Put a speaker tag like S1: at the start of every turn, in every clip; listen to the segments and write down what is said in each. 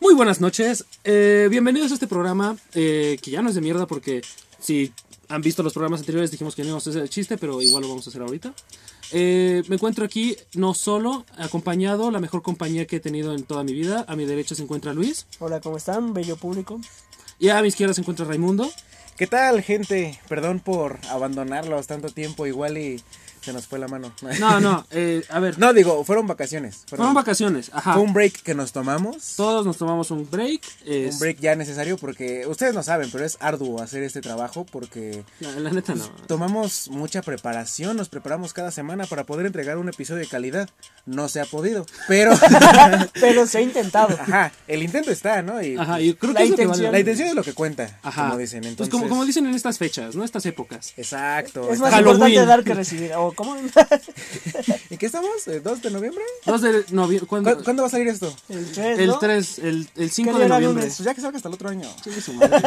S1: Muy buenas noches, eh, bienvenidos a este programa eh, que ya no es de mierda porque si han visto los programas anteriores dijimos que no íbamos a hacer el chiste, pero igual lo vamos a hacer ahorita. Eh, me encuentro aquí no solo, acompañado, la mejor compañía que he tenido en toda mi vida. A mi derecha se encuentra Luis
S2: Hola, ¿cómo están? Bello público.
S1: y a mi izquierda se encuentra Raimundo.
S3: ¿Qué tal, gente? Perdón por abandonarlos tanto tiempo, igual y se nos fue la mano.
S1: No, no, eh, a ver,
S3: No, digo, fueron vacaciones. fueron-
S1: fueron vacaciones, ajá.
S3: Fue un break que nos tomamos.
S1: Todos nos tomamos un break. es-
S3: Un break ya necesario porque ustedes no saben, pero es arduo hacer este trabajo porque
S1: La, la neta no.
S3: tomamos mucha preparación, nos preparamos cada semana para poder entregar un episodio de calidad. No se ha podido, pero
S2: Pero se ha intentado.
S3: ajá, el intento está, ¿no? Y
S1: Ajá, yo creo
S2: La
S1: que es lo que vale
S2: intención-
S1: la
S3: la intención es lo que cuenta,
S1: Ajá.
S3: como dicen,
S1: Pues
S3: entonces.
S1: como, como dicen en estas fechas, ¿no? Estas épocas.
S3: Exacto.
S2: Es más
S1: Halloween.
S2: importante dar que recibir. ¿O cómo?
S3: ¿En qué estamos? ¿El 2 de noviembre?
S1: 2 de noviembre.
S3: ¿Cu-
S1: ¿cuándo?
S3: ¿Cuándo, va a salir esto?
S2: El 3,
S1: El 3, el, el 5
S2: ¿Qué
S1: de
S2: día era
S1: noviembre.
S2: lunes?
S3: Pues ya que salga hasta el otro año.
S1: Chingue su madre.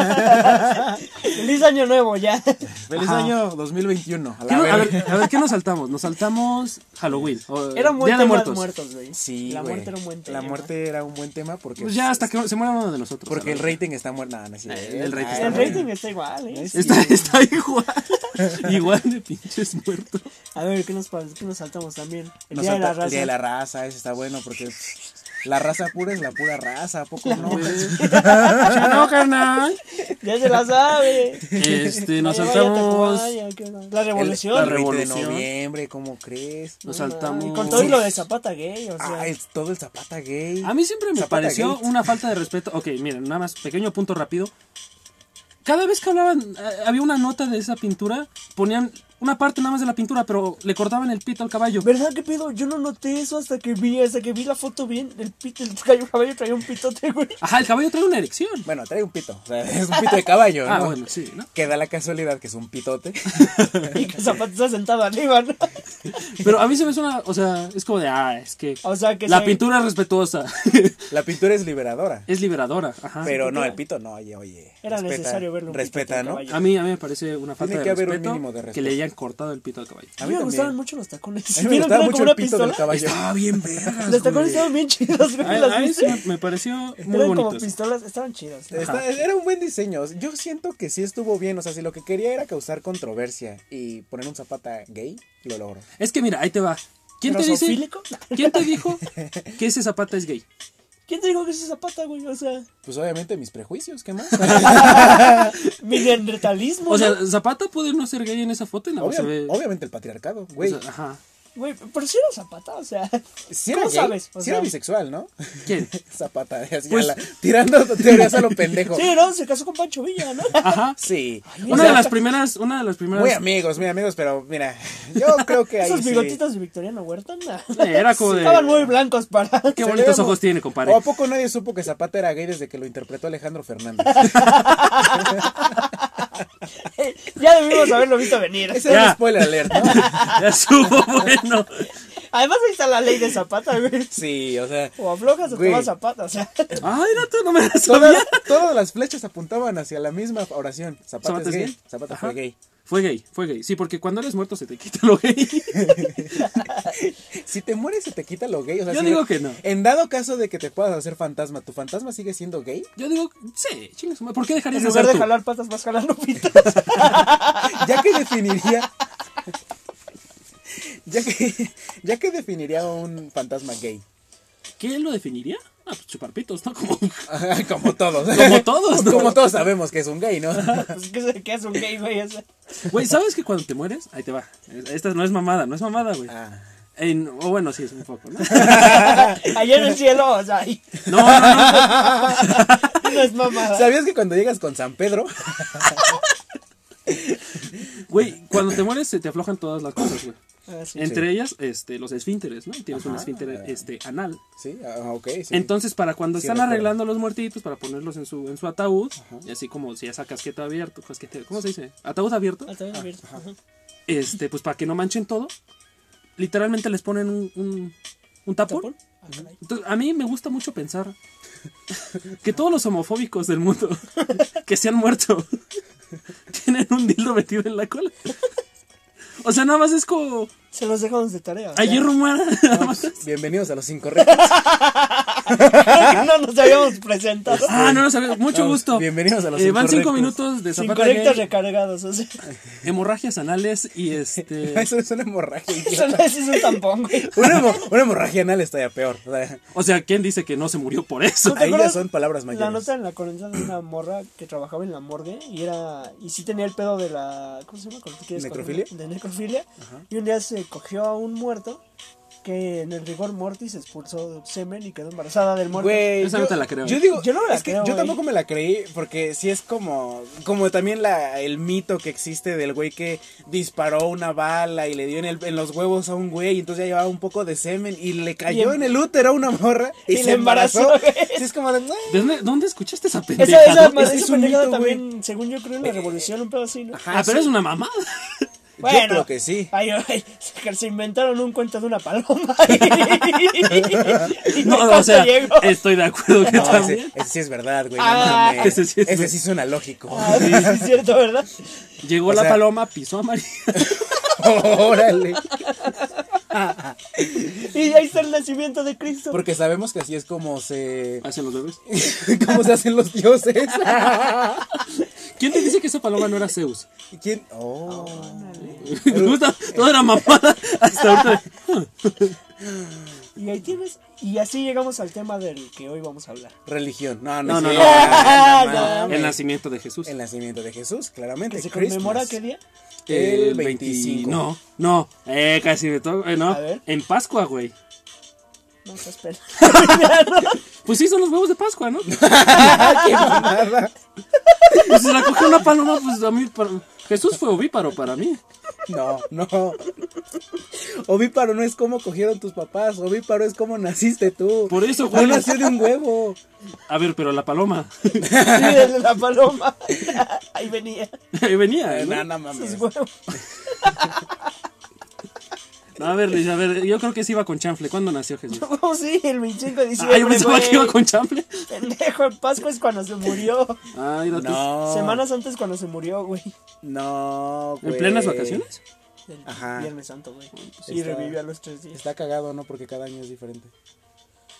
S2: Feliz año nuevo ya.
S3: Feliz
S1: Ajá.
S3: año 2021. A
S1: ¿Qué
S3: la
S1: no- a,
S3: verga.
S1: ver, a ver, ¿qué nos saltamos? Nos saltamos Halloween. o
S2: Era un buen
S1: Día de
S2: tema
S1: Muertos.
S2: muertos, güey.
S3: Sí,
S2: La
S3: güey.
S2: muerte era un buen tema.
S3: La muerte era un buen tema porque.
S1: Pues ya hasta que se muera uno de nosotros.
S3: Porque el
S1: ¿sabes?
S3: rating está muerto. No, no es cierto.
S1: Eh, el rating
S3: Ah,
S1: está
S2: El rating está igual, ¿eh?
S1: Está, está igual. igual de pinches muertos.
S2: A ver, ¿qué nos, pas- qué nos saltamos también? El
S3: nos
S2: día de la
S3: salta-
S2: raza.
S3: El día de la raza, ese está bueno porque. La raza pura es la pura raza, ¿a poco no?
S1: güey.
S2: Pues
S1: Ya no, carnal.
S2: Ya se la sabe.
S1: Este, nos
S2: Ay, vaya
S1: saltamos.
S2: Tacubaya, ¿qué onda? La
S3: El-
S2: revolución.
S3: el 20 de
S1: revolución.
S3: noviembre, ¿cómo crees?
S1: Nos
S2: No,
S1: saltamos.
S2: y con todo y lo de Zapata gay, o sea.
S3: Ah, el- todo el zapata gay.
S1: A mí siempre me
S3: Zapata
S1: pareció
S3: Gates.
S1: una falta de respeto. Ok, miren, nada más, pequeño punto rápido. Cada vez que hablaban, eh, había una nota de esa pintura, ponían una parte nada más de la pintura, pero le cortaban el pito al caballo.
S2: ¿Verdad que pedo? Yo no noté eso hasta que vi, hasta que vi la foto bien. El pito, el caballo traía un pitote, güey.
S1: Ajá, el caballo trae una erección.
S3: Bueno, trae un pito. O sea, es un pito de caballo, ¿no?
S1: Ah, bueno, sí, ¿no?
S3: Que da la casualidad que es un pitote.
S2: Y que Zapata está sentado arriba, ¿no?
S1: Pero a mí se me suena, o sea, es como de, ah, es que,
S2: O sea, que
S1: la
S2: se-
S1: pintura es respetuosa,
S3: La pintura es liberadora.
S1: es liberadora.
S2: Ah,
S1: Ajá.
S3: Pero no, el pito no, oye, oye.
S2: Era necesario verlo un pito
S3: Respeta,
S2: con
S3: ¿no?
S2: caballo.
S1: A mí, a mí me parece una falta
S3: Tiene
S1: de
S3: que haber un
S1: respeto,
S3: mínimo de
S1: que
S3: respeto.
S1: le hayan cortado el pito al caballo.
S2: A mí me
S3: A mí también.
S2: gustaban mucho los tacones.
S3: A mí me
S2: ¿Vieron que
S3: gustaba
S2: eran
S3: mucho
S2: como
S3: el
S2: una
S3: pito del
S2: pistola?
S3: caballo.
S1: Estaba bien vergas,
S2: Los tacones
S1: güey.
S2: estaban bien chidos,
S1: A,
S2: güey. ¿Los
S1: a mí sí
S2: viste?
S1: me- me pareció muy
S2: Eran como
S1: bonito.
S2: pistolas, estaban chidos. ¿eh? ¿no?
S3: Está- era un buen diseño. Yo siento que sí estuvo bien. O sea, si lo que quería era causar controversia y poner un zapata gay, lo logró.
S1: Es que mira, ahí te va. ¿Quién te dice?
S2: ¿Prosofílico?
S1: ¿Quién te dijo que ese zapata es gay?
S2: ¿Quién te dijo que ese Zapata, güey? O sea,
S3: Pues obviamente mis prejuicios, ¿qué más?
S2: mi neandertalismo.
S3: Pues
S1: O sea,
S2: ¿no?
S1: Zapata puede no ser gay en esa foto y nada más
S3: Obvia-
S1: se ve.
S3: obviamente el patriarcado,
S1: o sea,
S3: güey.
S1: ajá.
S2: Güey, pero si era Zapata, o sea.
S3: Si era
S2: ¿Cómo
S3: gay,
S2: sabes? O
S3: si era
S2: sea,
S3: bisexual, ¿no?
S1: ¿Quién?
S3: Zapata, así
S1: Pues-
S3: a la- tirando teorías a lo pendejo.
S2: Sí, ¿no? Se casó con Pancho Villa, ¿no?
S1: Ajá.
S3: Sí. O
S1: Una
S3: sea,
S1: de las primeras, una de las primeras.
S3: muy amigos, muy amigos, pero mira, yo creo que ahí
S2: Esos
S3: sí-
S2: bigotitos de Victoriano Huerta, ¿no?
S1: Eh, Era como de.
S2: Estaban muy blancos para.
S1: Qué
S3: Se
S1: bonitos
S3: veía
S1: ojos
S3: mu-
S1: tiene, compadre.
S3: ¿O a poco nadie supo que Zapata era gay desde que lo interpretó Alejandro Fernández?
S2: ya debimos haberlo visto venir.
S3: Ese era
S1: Ya.
S3: un spoiler alert, ¿no?
S1: Ya estuvo bueno.
S2: Además, ahí está la ley de Zapata, güey.
S3: Sí, o sea.
S2: O aflojas o te
S3: Güey.
S2: vas Zapata, o sea.
S1: Ay, no, tú no me la sabía.
S3: Todas, todas las flechas apuntaban hacia la misma oración. Zapata, es gay. Zapata
S1: Ajá.
S3: fue gay.
S1: Fue gay, fue gay. Sí, porque cuando eres muerto se te quita lo gay.
S3: Si te mueres, se te quita lo gay. O sea,
S1: Yo
S3: si-
S1: digo que no.
S3: En dado caso de que te puedas hacer fantasma, ¿tu fantasma sigue siendo gay?
S1: Yo digo, sí, chingas. ¿Por qué
S2: En
S1: dejarías de
S2: lugar
S1: ser
S2: de
S1: tú?
S2: jalar patas, vas jalando pitos.
S3: Ya que definiría. Ya que, ya que definiría un fantasma gay.
S1: ¿Qué lo definiría? Ah, pues chuparpitos, ¿no? Como.
S3: Ajá, Como todos.
S1: Como todos, ¿no?
S3: Como todos sabemos que es un gay, ¿no?
S2: Pues que se quedas un gay, güey. O sea.
S1: Güey, ¿sabes que cuando te mueres? Ahí te va. Esta no es mamada, no es mamada, güey.
S3: Ah.
S1: En- o bueno, sí, es un poco, ¿no?
S2: Allá en el cielo, o sea, ahí
S1: No, no, no.
S2: no es mamada.
S3: ¿Sabías que cuando llegas con San Pedro,
S1: Güey, cuando te mueres se te aflojan todas las cosas, güey.
S2: Ah, sí.
S1: Entre ellas, este, los esfínteres, ¿no? Tienes un esfínter este, anal.
S3: Sí, ah, ok, Eh. sí.
S1: Entonces, para cuando están
S3: recuerdo.
S1: arreglando los muertitos, para ponerlos en su, en su ataúd, y así como si esa casqueta abierta, casquete- ¿cómo se dice? Ataúd abierto,
S2: Ah, también abierto. Ajá.
S1: este, pues para que no manchen todo, literalmente les ponen un, un, un tapón.
S2: ¿Tapón? Ah, caray.
S1: Entonces, a mí me gusta mucho pensar que todos los homofóbicos del mundo que se han muerto tienen un dildo metido en la cola. O sea, nada más es como
S2: Se los dejamos de tarea.
S1: Ayer rumana.
S3: Bienvenidos a los incorrectos.
S2: Creo que no nos habíamos presentado.
S1: ah, no lo sabía. Mucho
S3: No,
S1: gusto.
S3: bienvenidos a los
S1: Eh, Van cinco
S3: incorrectos.
S1: minutos de
S2: Sin
S1: Zapata
S2: correctos
S1: Gay,
S2: recargados. O sea,
S1: hemorragias anales y este...
S3: Eso es una hemorragia.
S2: eso
S3: idiota.
S2: no es un tampón, güey.
S3: una, hemo- una hemorragia anal está ya peor. o sea,
S1: O sea, ¿quién dice que no se murió por
S2: ¿No
S1: eso?
S2: te
S3: Ahí ya
S2: acuerdas
S3: son palabras mayores.
S2: La nota en la colonia de una morra que trabajaba en la morgue y era y sí tenía el pedo de la ¿cómo se llama? Cuando te quieres coger-
S3: ¿Necrofilia?
S2: de necrofilia. Y un día se cogió a un muerto que en el rigor mortis expulsó semen y quedó embarazada del muerto.
S3: Güey,
S1: Esa no te la creo.
S3: Yo digo,
S2: Yo no me la
S3: es que
S2: creo,
S3: yo
S2: güey.
S3: tampoco me la creí porque sí es como como también la el mito que existe del güey que disparó una bala y le dio en, el- en los huevos a un güey y entonces ya llevaba un poco de semen y le cayó
S2: Y em-
S3: en el útero a una morra y,
S2: y
S3: se
S2: le embarazó,
S3: embarazó.
S2: güey.
S3: Sí es como de, "Ay".
S1: ¿De dónde, dónde escuchaste esa
S2: Esa,
S1: pendejada?
S2: esa,
S3: Es
S2: esa,
S3: que es un
S2: pendejada
S3: mito, güey.
S2: también, según yo creo, en la revolución, un pedo así, ¿no?
S1: Ah, pero es una mamada.
S3: yo creo que sí.
S2: Ay, ay, se, se inventaron un cuento de una paloma. Y- y
S1: No, o
S2: cuánto
S1: sea,
S2: llegó.
S1: estoy de acuerdo que
S3: No, ese,
S1: también.
S3: ese sí es verdad, güey. no
S2: Ah.
S3: mames.
S1: Ese sí es
S3: Ese
S1: ver-
S3: sí suena lógico.
S2: Ah, sí, sí, es cierto, ¿verdad?
S1: Llegó
S3: o
S1: la
S3: sea-
S1: paloma, pisó a María.
S3: Órale.
S2: Y ahí está el nacimiento de Cristo.
S3: Porque sabemos que así es como se
S1: Hacen los bebés.
S3: como se hacen los dioses.
S1: ¿Quién te dice que esa paloma no era Zeus?
S3: ¿Y ¿Quién? Oh.
S1: Puta, Toda era mamada hasta ahorita.
S2: Y ahí tienes. Y así llegamos al tema del que hoy vamos a hablar.
S3: religión. No,
S1: No,
S3: no,
S1: no,
S3: no,
S1: no.
S2: Ah, no,
S1: El nacimiento de Jesús.
S3: El nacimiento de Jesús, claramente.
S2: ¿Que se
S3: Christmas.
S2: conmemora qué día?
S3: El 25.
S1: No, no. Eh, casi de todo. eh, no.
S2: A ver.
S1: En Pascua, güey.
S2: No, espera.
S1: Pues sí, son los huevos de Pascua, ¿no?
S3: ¡Qué mamada!
S1: Pues se la cogió una paloma, pues a mí. para- Jesús fue ovíparo para mí.
S3: No, no. Ovíparo no es como cogieron tus papás. Ovíparo es como naciste tú.
S1: Por eso,
S3: No
S1: güey.
S3: nació de un huevo.
S1: A ver, pero la paloma.
S2: Sí, desde la paloma. Ahí venía.
S1: Ahí venía, ¿no?
S3: No, no
S2: Sus
S3: mames.
S2: huevos.
S1: No, A ver, Luis, a ver, yo creo que sí iba con chanfle. ¿Cuándo nació Jesús?
S2: ¿Cómo sí? El 25 de diciembre.
S1: Ah, yo pensaba
S2: güey.
S1: que iba con chanfle.
S2: Pendejo, en Pascua es cuando se murió.
S1: Ah, mira tú.
S3: No.
S2: Semanas antes cuando se murió, güey.
S3: No.
S1: ¿En
S3: güey.
S1: plenas vacaciones?
S2: El
S3: Ajá.
S2: Viernes Santo, güey. Y
S3: Está-
S2: revivió a los tres días.
S3: Está cagado, ¿no? Porque cada año es diferente.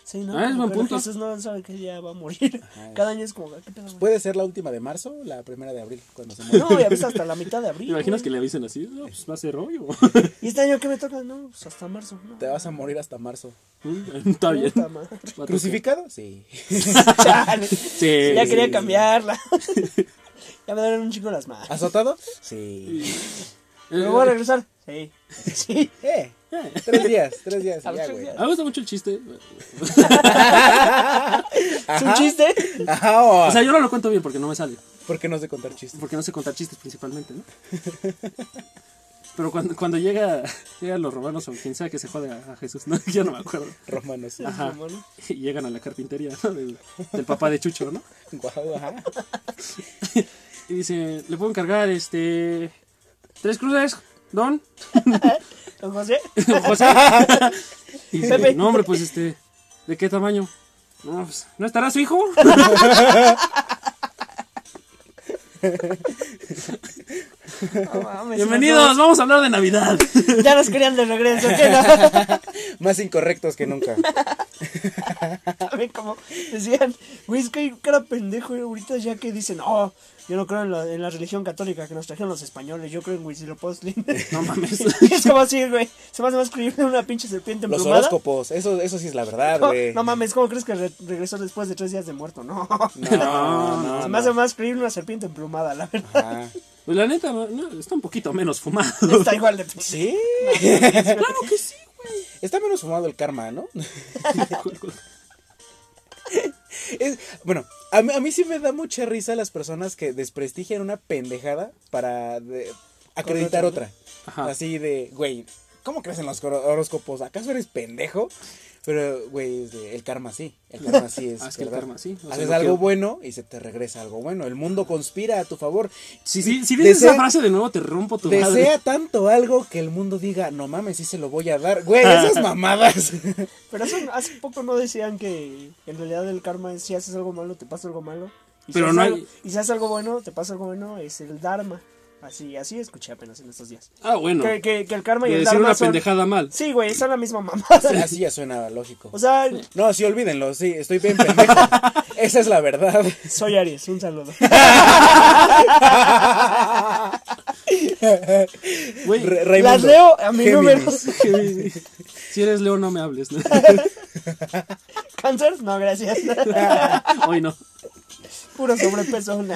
S2: Sí, ¿no?
S1: Ah, es
S2: Como
S1: buen
S2: que
S1: punto.
S2: Jesús no sabe qué día va a morir. Cada año es como, ¿qué pedo, güey?
S3: Puede ser la última de marzo, la primera de abril, cuando se muere.
S2: No, güey, a veces hasta la mitad de
S1: ¿Te
S2: abril.
S1: imaginas que le
S2: güey.
S1: avisen así? No, pues va a ser rollo.
S2: ¿Y este año qué me toca? No, pues hasta marzo. No.
S3: Te vas a morir hasta marzo.
S1: Mm, Está bien.
S2: Puta madre.
S3: ¿Crucificado? Sí.
S2: Chale.
S1: Sí.
S2: ya quería cambiarla. ya me dieron un chico las manos.
S1: Ah.
S3: ¿Azotado? Sí.
S1: Eh,
S2: ¿Me voy a regresar? Sí. Sí.
S3: Eh, tres días, tres días. y
S2: A los
S3: ya,
S2: tres
S3: güey.
S2: días.
S1: Ah, Me gusta mucho el chiste.
S2: Es un chiste.
S3: Ajá, o-
S1: O sea, yo no lo cuento bien porque no me sale.
S3: ¿Por qué no has de contar chistes?
S1: Porque no sé contar chistes principalmente, ¿no? Pero cuando, cuando llega, llegan los romanos o quien sea que se jode a, a Jesús, ¿no? ya no me acuerdo.
S3: Romanos.
S1: Ajá. Y llegan a la carpintería ¿no? del, del papá de Chucho, ¿no?
S3: Guau, ajá.
S1: Y dice, le puedo encargar este tres cruces, don
S2: Don José.
S1: José. Y dice,
S2: Pepe.
S1: no, hombre, pues este, ¿de qué tamaño? No, pues, ¿no estará su hijo?
S2: No mames,
S1: Bienvenidos, vamos a hablar de Navidad.
S2: nos- Ya nos querían de regreso. ¿Qué no?
S3: Más incorrectos que nunca.
S2: También como decían, güey, es que era pendejo y ahorita ya que dicen, oh, yo no creo en la, en la religión católica que nos trajeron los españoles, yo creo en Huitzilopochtli.
S1: No mames.
S2: Y es como así, güey, se me hace más creíble una pinche serpiente
S3: Los
S2: emplumada.
S3: horóscopos, eso, eso sí es la verdad,
S2: No,
S3: güey.
S2: no mames, ¿cómo crees que re- regresó después de tres días de muerto? No.
S3: no, no,
S2: se me
S3: no.
S2: hace más creíble una serpiente emplumada, la verdad.
S3: Ajá.
S1: Pues la neta, no, está un poquito menos fumado.
S2: Está igual de
S3: Sí.
S1: Claro que sí,
S3: Está menos fumado el karma, ¿no?
S1: güey.
S3: Es- bueno, a mí, a mí sí me da mucha risa las personas que desprestigian una pendejada para de- acreditar otra.
S1: Ajá.
S3: Así de, güey, ¿cómo crees en los horo- horóscopos? ¿Acaso eres pendejo? Pero, güey, es de, el karma sí. El karma sí es.
S1: Ah, es que el
S3: verdad.
S1: karma sí, o sea,
S3: Haces
S1: lo
S3: algo
S1: que-
S3: bueno y se te regresa algo bueno. El mundo conspira a tu favor.
S1: Si, si, si dices
S3: Desea-
S1: esa frase de nuevo, te rompo tu
S3: Desea
S1: madre.
S3: tanto algo que el mundo diga, no mames, sí se lo voy a dar. Güey, esas mamadas.
S2: Pero hace, hace poco no decían que en realidad el karma es si haces algo malo, te pasa algo malo. Y si
S1: Pero
S2: haces
S1: no hay-
S2: algo- y si haces algo bueno, te pasa algo bueno, es el dharma. Así, así escuché apenas en estos días.
S1: Ah, bueno.
S2: Que, que, que el karma y
S1: De
S2: el
S1: decir
S2: dharma
S1: una
S2: son-
S1: pendejada mal.
S2: Sí, güey, son la misma mamada.
S3: Así ya suena lógico.
S2: O sea,
S3: No, sí, olvídenlo, sí, estoy bien pendejo. Esa es la verdad.
S2: soy Aries, un saludo.
S1: Güey,
S3: Re-
S2: Las
S3: Raimundo,
S2: leo a mi número.
S3: Géminis.
S1: que- si eres Leo, no me hables. ¿no?
S2: ¿Cáncer? No, gracias.
S1: Hoy no.
S2: Puro sobrepeso. ¿no?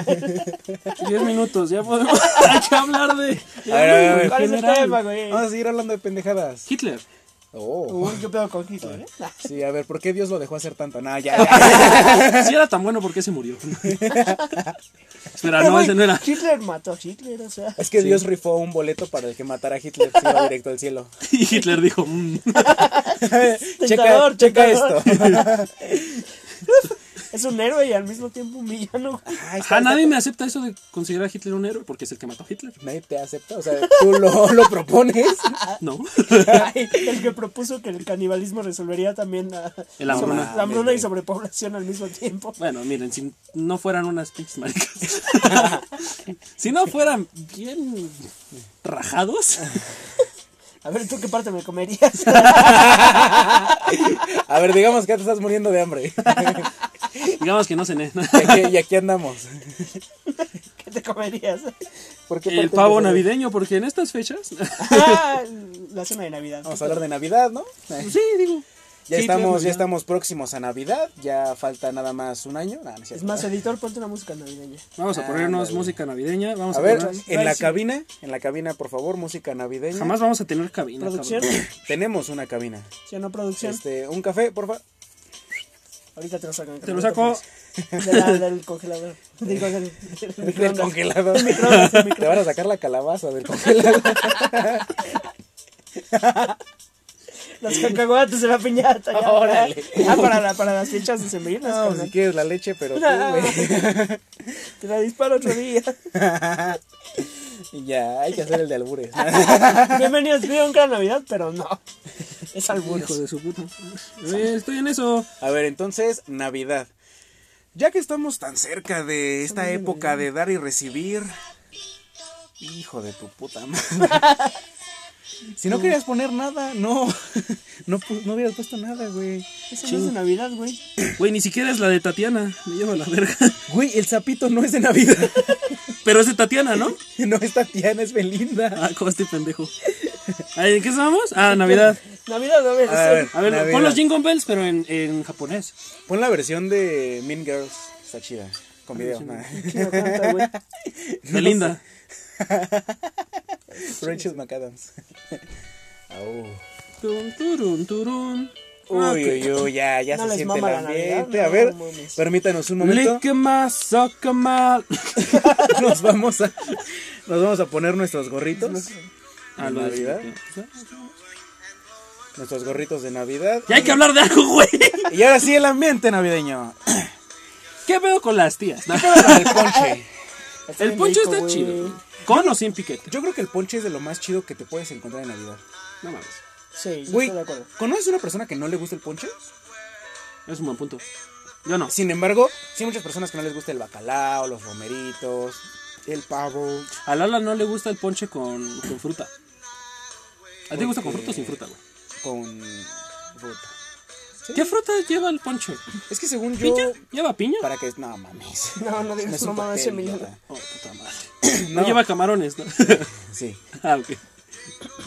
S1: Diez minutos, ya podemos. Hay que hablar de.
S3: A ver, a ver, a ver.
S2: ¿Cuál es el
S1: General.
S2: tema, güey?
S3: Vamos a seguir hablando de pendejadas.
S1: Hitler.
S3: Oh.
S2: Uy, yo pedo con Hitler, ¿eh? Nah.
S3: Sí, a ver, ¿por qué Dios lo dejó hacer tanto? No, ya, ya.
S1: Si era tan bueno, ¿por qué se murió? Espera,
S2: Pero,
S1: Ah, no,
S2: güey,
S1: ese no era.
S2: Hitler mató a Hitler, o sea.
S3: Es que Dios rifó un boleto para el que matara a Hitler se iba directo al cielo.
S1: Y Hitler dijo: mm,
S2: Tentador,
S3: checa, checa
S2: tentador.
S3: esto.
S2: Es un héroe y al mismo tiempo un villano. güey.
S3: Ay, Ah, está-
S1: "Ajá, Ah, nadie me acepta eso de considerar a Hitler un héroe porque es el que mató a Hitler.
S3: Nadie te acepta, o sea, tú lo, lo propones.
S1: No.
S2: Ay, el que propuso que el canibalismo resolvería también a-
S1: El hambruna.
S2: sobre- la hambruna y sobrepoblación al mismo tiempo.
S1: Bueno, miren, si no fueran unas pinches maricas. si no fueran bien rajados.
S2: A ver, ¿tú qué parte me comerías?
S3: A ver, digamos que ya te estás muriendo de hambre.
S1: Digamos que no cené. ¿no?
S3: Y aquí, y aquí andamos.
S2: ¿Qué te comerías?
S3: ¿Por qué
S1: El
S3: parte
S1: pavo
S3: empezamos?
S1: navideño, porque en estas fechas.
S2: Ah, la cena de Navidad.
S3: Vamos a hablar de Navidad, ¿no? Eh,
S1: sí, digo.
S3: Ya
S1: Hitler,
S3: estamos, ya
S1: ¿no?
S3: estamos próximos a Navidad, ya falta nada más un año. Nah, no es
S2: Es
S3: cierto.
S2: más, editor, ponte una música navideña.
S1: Vamos a ponernos
S3: Ándale.
S1: música navideña. Vamos a,
S3: a ver,
S1: poner-
S3: en la
S2: sí.
S3: cabina, en la cabina, por favor, música navideña.
S1: Jamás vamos a tener cabina.
S2: ¿Producción?
S1: cabrón.
S3: Tenemos una cabina.
S2: ¿Sí o no, producción?
S3: Este, un café, por favor.
S2: Ahorita te lo saco.
S1: Te lo saco.
S2: De la- del congelador. Digo, del, del
S3: Del
S2: microondas.
S3: congelador.
S2: microondas, el
S3: Te van a sacar la calabaza del congelador.
S2: Los cacahuates de la piñata. ya.
S3: Órale. Ah, pues
S2: Ah, para, la, para las fechas de sembrinas.
S3: No,
S2: carnal.
S3: si quieres la leche, pero tú,
S2: No.
S3: güey.
S2: Te la disparo otro día.
S3: Y ya, hay que hacer el de albures.
S2: Bienvenidos, vive un gran Navidad, pero no. Es
S1: Hijo
S2: algunos.
S1: de su puta. Eh, estoy en eso.
S3: A ver, entonces, Navidad. Ya que estamos tan cerca de esta época de dar y recibir. Hijo de tu puta madre. Si no querías poner nada, no. No, pu- no hubieras puesto nada, güey.
S2: Eso no es de Navidad, güey.
S1: Güey, ni siquiera es la de Tatiana. Me lleva la verga.
S3: Güey, el sapito no es de Navidad.
S1: Pero es de Tatiana, ¿no?
S3: No es Tatiana, es Belinda.
S1: Ah, ¿cómo estoy pendejo? Ay, ¿En qué estamos? Ah, Navidad.
S2: Navidad, a ver.
S3: A ver,
S1: A ver,
S3: Navidad.
S1: pon los Jingle Bells, pero en, en japonés.
S3: Pon la versión de Mean Girls. Está chida. Con video. nada.
S2: no tanto, güey.
S1: Belinda.
S3: Rachel McAdams. Au.
S1: Turun, turun, turun.
S3: Uy, uy, uy, ya, ya
S2: Ah, No
S3: se
S2: les
S3: siente el
S2: mama la
S3: ambiente.
S2: Navidad,
S3: a
S2: no,
S3: ver,
S2: no mames.
S3: permítanos un momento.
S1: Lick más, soca mal.
S3: nos vamos a nos vamos a poner nuestros gorritos.
S1: Ah, lo de-
S3: Navidad. Nuestros gorritos de Navidad.
S1: Ya hay que hablar de algo, güey.
S3: Y ahora sí el ambiente navideño.
S1: ¿Qué veo con las tías?
S3: El ponche.
S1: El
S2: bien
S1: poncho
S2: rico,
S1: está
S2: güey.
S1: chido. güey. Con o sin piquete.
S3: Yo creo que el ponche es de lo más chido que te puedes encontrar en Navidad.
S1: No mames.
S2: Sí, yo
S3: Güey,
S2: estoy de acuerdo.
S3: ¿conoces una persona que no le gusta el ponche?
S1: Es un buen punto. Yo no.
S3: Sin embargo, sí hay muchas personas que no les gusta el bacalao, los romeritos, el pavo.
S1: A Lala no le gusta el ponche con, con fruta. ¿A ti te gusta con fruta o sin fruta, güey?
S3: con fruta.
S1: ¿Qué fruta lleva el ponche?
S3: Es que según yo,
S1: ¿Piña? ¿Lleva piña?
S3: para que no mames.
S2: No, no
S3: No
S2: digas
S3: es
S2: no
S3: un
S2: mames,
S3: papel,
S2: Emiliano.
S3: idiota.
S1: Oh, puta madre.
S3: No,
S1: No lleva camarones, ¿no?
S3: sí,
S1: ah, ok.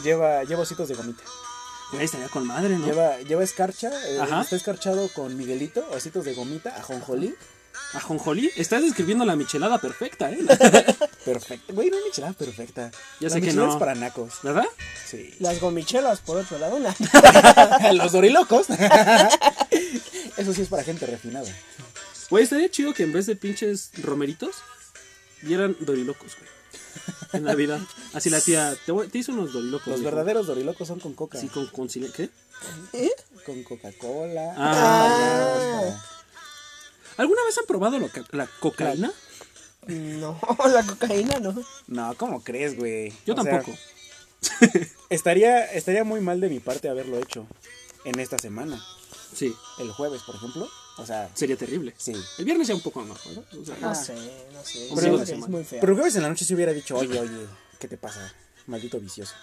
S3: lleva lleva ositos de gomita.
S1: Güey, estaría con madre, ¿no?
S3: Lleva lleva escarcha, eh,
S1: Ajá.
S3: está escarchado con Miguelito, ositos de gomita, ajonjolí.
S1: Ajonjolí, estás describiendo la michelada perfecta, ¿eh?
S3: Perfecto. Güey, no michelada perfecta.
S1: Ya
S3: La
S1: sé que
S3: michelada
S1: no.
S3: es para nacos.
S1: ¿Verdad?
S3: Sí.
S2: Las gomichelas, por otro lado, una.
S3: Los dorilocos. Eso sí es para gente refinada.
S1: Güey, estaría chido que en vez de pinches romeritos, dieran dorilocos, güey. En Navidad. Así la tía, te, voy- te hice unos dorilocos.
S3: Los
S1: dijo.
S3: verdaderos dorilocos son con coca,
S1: Sí, con, con sile- ¿Qué?
S3: con Coca-Cola.
S1: Ah. ¿Alguna vez han probado lo ca- la cocaína?
S2: No, la cocaína no.
S3: No, ¿cómo crees, güey?
S1: Yo
S3: O sea,
S1: tampoco.
S3: Estaría, estaría muy mal de mi parte haberlo hecho en esta semana.
S1: Sí.
S3: El jueves, por ejemplo. O sea,
S1: Sería terrible.
S3: Sí. Ah.
S1: El viernes ya un poco no, ¿verdad? O sea,
S2: No sé, no sé.
S1: Ah. Pero-
S2: Siento que es muy fea.
S3: pero jueves en la noche si hubiera dicho, oye, oye, ¿qué te pasa? Maldito vicioso.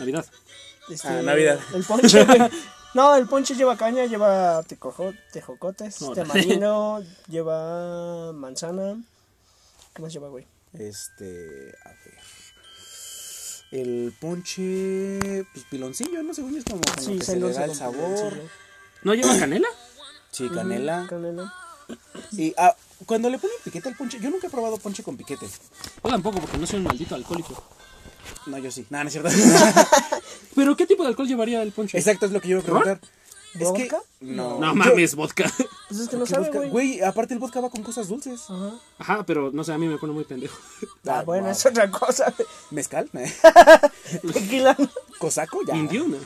S1: Navidad.
S2: Este,
S3: Ah, Navidad.
S2: El ponche, güey. No, el ponche lleva caña, lleva tecojo- tejocotes,
S1: No,
S2: tamarino, lleva manzana. ¿Qué más lleva, güey?
S3: Este, a ver. El ponche, pues piloncillo, ¿no? Según yo es como con lo que se le
S2: celoso
S3: da el
S2: con
S3: sabor.
S2: piloncillo,
S1: ¿No lleva canela?
S3: Sí, canela.
S2: Canela.
S3: Y ah, cuando le ponen piquete al ponche, yo nunca he probado ponche con piquete.
S1: Yo tampoco, porque no soy un maldito alcohólico.
S3: No, yo sí. Nada, no es cierto.
S1: ¿Pero qué tipo de alcohol llevaría el ponche?
S3: Exacto, es lo que yo iba a preguntar. Es que,
S2: ¿Vodka?
S3: no.
S1: No mames, vodka.
S2: Pues es que no
S3: ¿Qué
S2: sabe,
S3: vodka?
S2: güey.
S3: Güey, aparte el vodka va con cosas dulces.
S2: Ajá.
S1: Ajá, pero no sé, a mí me pone muy pendejo.
S2: Ah,
S3: Ah,
S2: bueno,
S3: wow.
S2: es otra cosa, güey.
S3: Mezcal, ¿eh?
S2: Tequila.
S3: cosaco, ya.
S1: Indio, ¿no?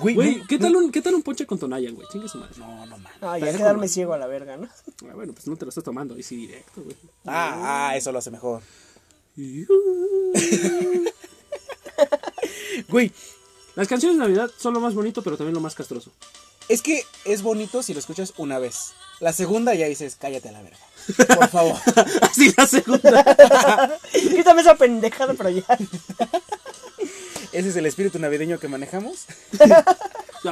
S3: Güey,
S1: Güey,
S3: no-
S1: ¿qué tal un, qué tal un ponche con Tonayan, güey? Chingue su madre.
S3: No, no mames.
S2: Ah, ya
S1: Pendejo,
S2: quedarme
S1: güey.
S2: ciego a la verga, ¿no?
S1: Ah, bueno, pues no te lo estás tomando, ahí sí directo, güey.
S3: Ah, ah, eso lo hace mejor. Güey,
S1: Las canciones de Navidad son lo más bonito, pero también lo más castroso.
S3: es que es bonito si lo escuchas una vez. La segunda ya dices, cállate a la verga. Por favor.
S1: Así la segunda.
S2: Quítame esa pendejada, pero ya.
S3: Ese es el espíritu navideño que manejamos.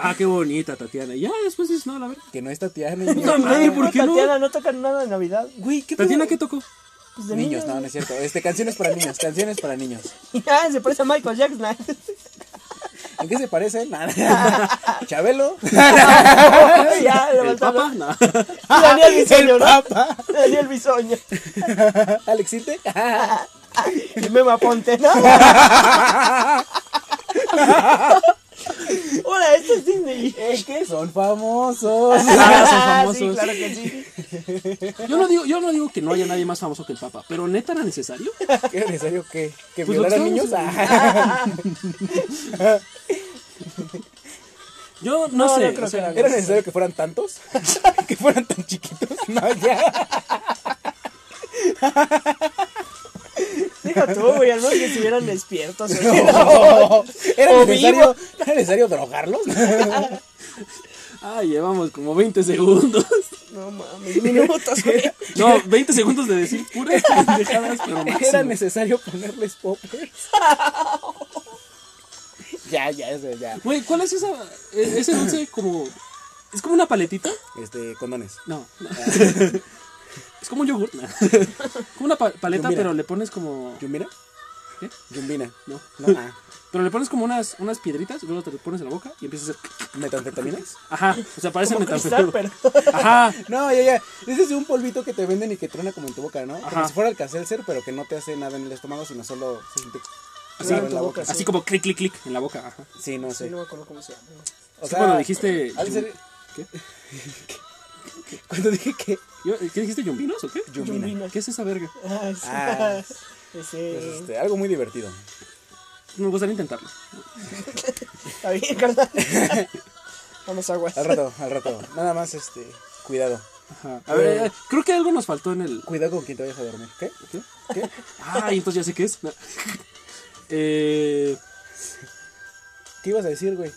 S1: Ah, qué bonita, Tatiana. Y ya después dices, no, la verdad.
S3: Que no está Tatiana.
S1: No, madre, ¿por qué no?
S2: Tatiana, no tocan nada de Navidad.
S3: Güey, ¿qué pedo?
S1: Tatiana, ¿qué tocó?
S2: Pues de
S3: Niños,
S2: niños.
S3: no, no es cierto. Este, canciones para niños, canciones para niños.
S2: Ah, se parece a Michael Jackson.
S3: ¿En qué se parece? Nada. Chabelo.
S2: ya,
S1: ¿El
S2: levantando.
S1: papa? No.
S2: Daniel Bisoño, ¿no?
S3: El Papa.
S2: Daniel Bisoño.
S3: Alexite.
S2: Y Memo Aponte, ¿no? Hola, este es Disney.
S3: Es que son famosos.
S1: Ah, son
S2: sí,
S1: famosos.
S2: claro que sí.
S1: Yo no digo, yo no digo que no haya nadie más famoso que el papa, pero neta era necesario.
S3: ¿Qué ¿En serio qué? ¿Que
S1: Pues lo que
S3: violaran niños?
S1: estábamos
S3: Ah.
S1: Yo no,
S2: No,
S1: sé.
S2: no creo
S1: o sea,
S2: que
S3: ¿Era necesario que fueran tantos? ¿Que fueran tan chiquitos? No, ya.
S2: Dijo tú, güey, al menos que estuvieran despiertos. güey.
S3: No. ¿Era,
S2: O
S3: necesario, ¿Era necesario drogarlos?
S1: Ah, llevamos como 20 segundos.
S2: No mames, minutos, güey.
S1: No, 20 segundos de decir puras pendejadas, pero
S3: ¿Era
S1: máximo.
S3: necesario ponerles poppers? Ya, ya, eso, ya.
S1: Güey, ¿cuál es esa? e- Ese dulce como. ¿Es como una paletita?
S3: Este, condones.
S1: No. no. es como un yogur. no. como una pa- paleta,
S3: Mira.
S1: pero le pones como.
S3: ¿Yumbina?
S1: ¿Qué?
S3: ¿Yumbina?
S1: No.
S3: No, ah.
S1: Pero le pones como unas, unas piedritas, luego te lo pones en la boca y empiezas a hacer.
S3: ¿Metanfetaminas?
S1: Ajá. O sea, parece
S2: Como cristal,
S1: metanfetamina.
S2: pero.
S1: Ajá.
S3: No, ya, ya. Ese es un polvito que te venden y que truena como en tu boca, ¿no?
S1: Ajá.
S3: Como si fuera el caselser, pero que no te hace nada en el estómago, sino solo se siente
S2: Así
S3: en
S2: en
S3: la
S2: tu
S3: boca.
S2: boca,
S1: Así como clic, clic, clic en la boca. Ajá.
S3: Sí, no
S2: Sí,
S3: sé.
S2: no me acuerdo cómo se llama.
S3: O
S1: Es que cuando dijiste.
S3: ha de ser-
S1: ¿Qué?
S3: Cuando dije que.
S1: Yo- ¿Qué dijiste, yumbinos o qué?
S3: Yumbina.
S2: Yumbina.
S1: ¿Qué es esa verga?
S2: Ah, sí.
S3: Ah.
S2: Ese-
S3: Es, este, algo muy divertido.
S1: Me gustaría intentarlo.
S2: Está bien, carnal. Vamos aguas.
S3: Al rato, al rato. Nada más, este. Cuidado.
S1: Ajá. A ver, eh, creo que algo nos faltó en el.
S3: Cuidado con quien te vayas a dormir. ¿Qué?
S1: ¿Qué?
S3: ¿Qué?
S1: Ah, y entonces ya sé qué es. Eh,
S3: ¿Qué ibas a decir, güey?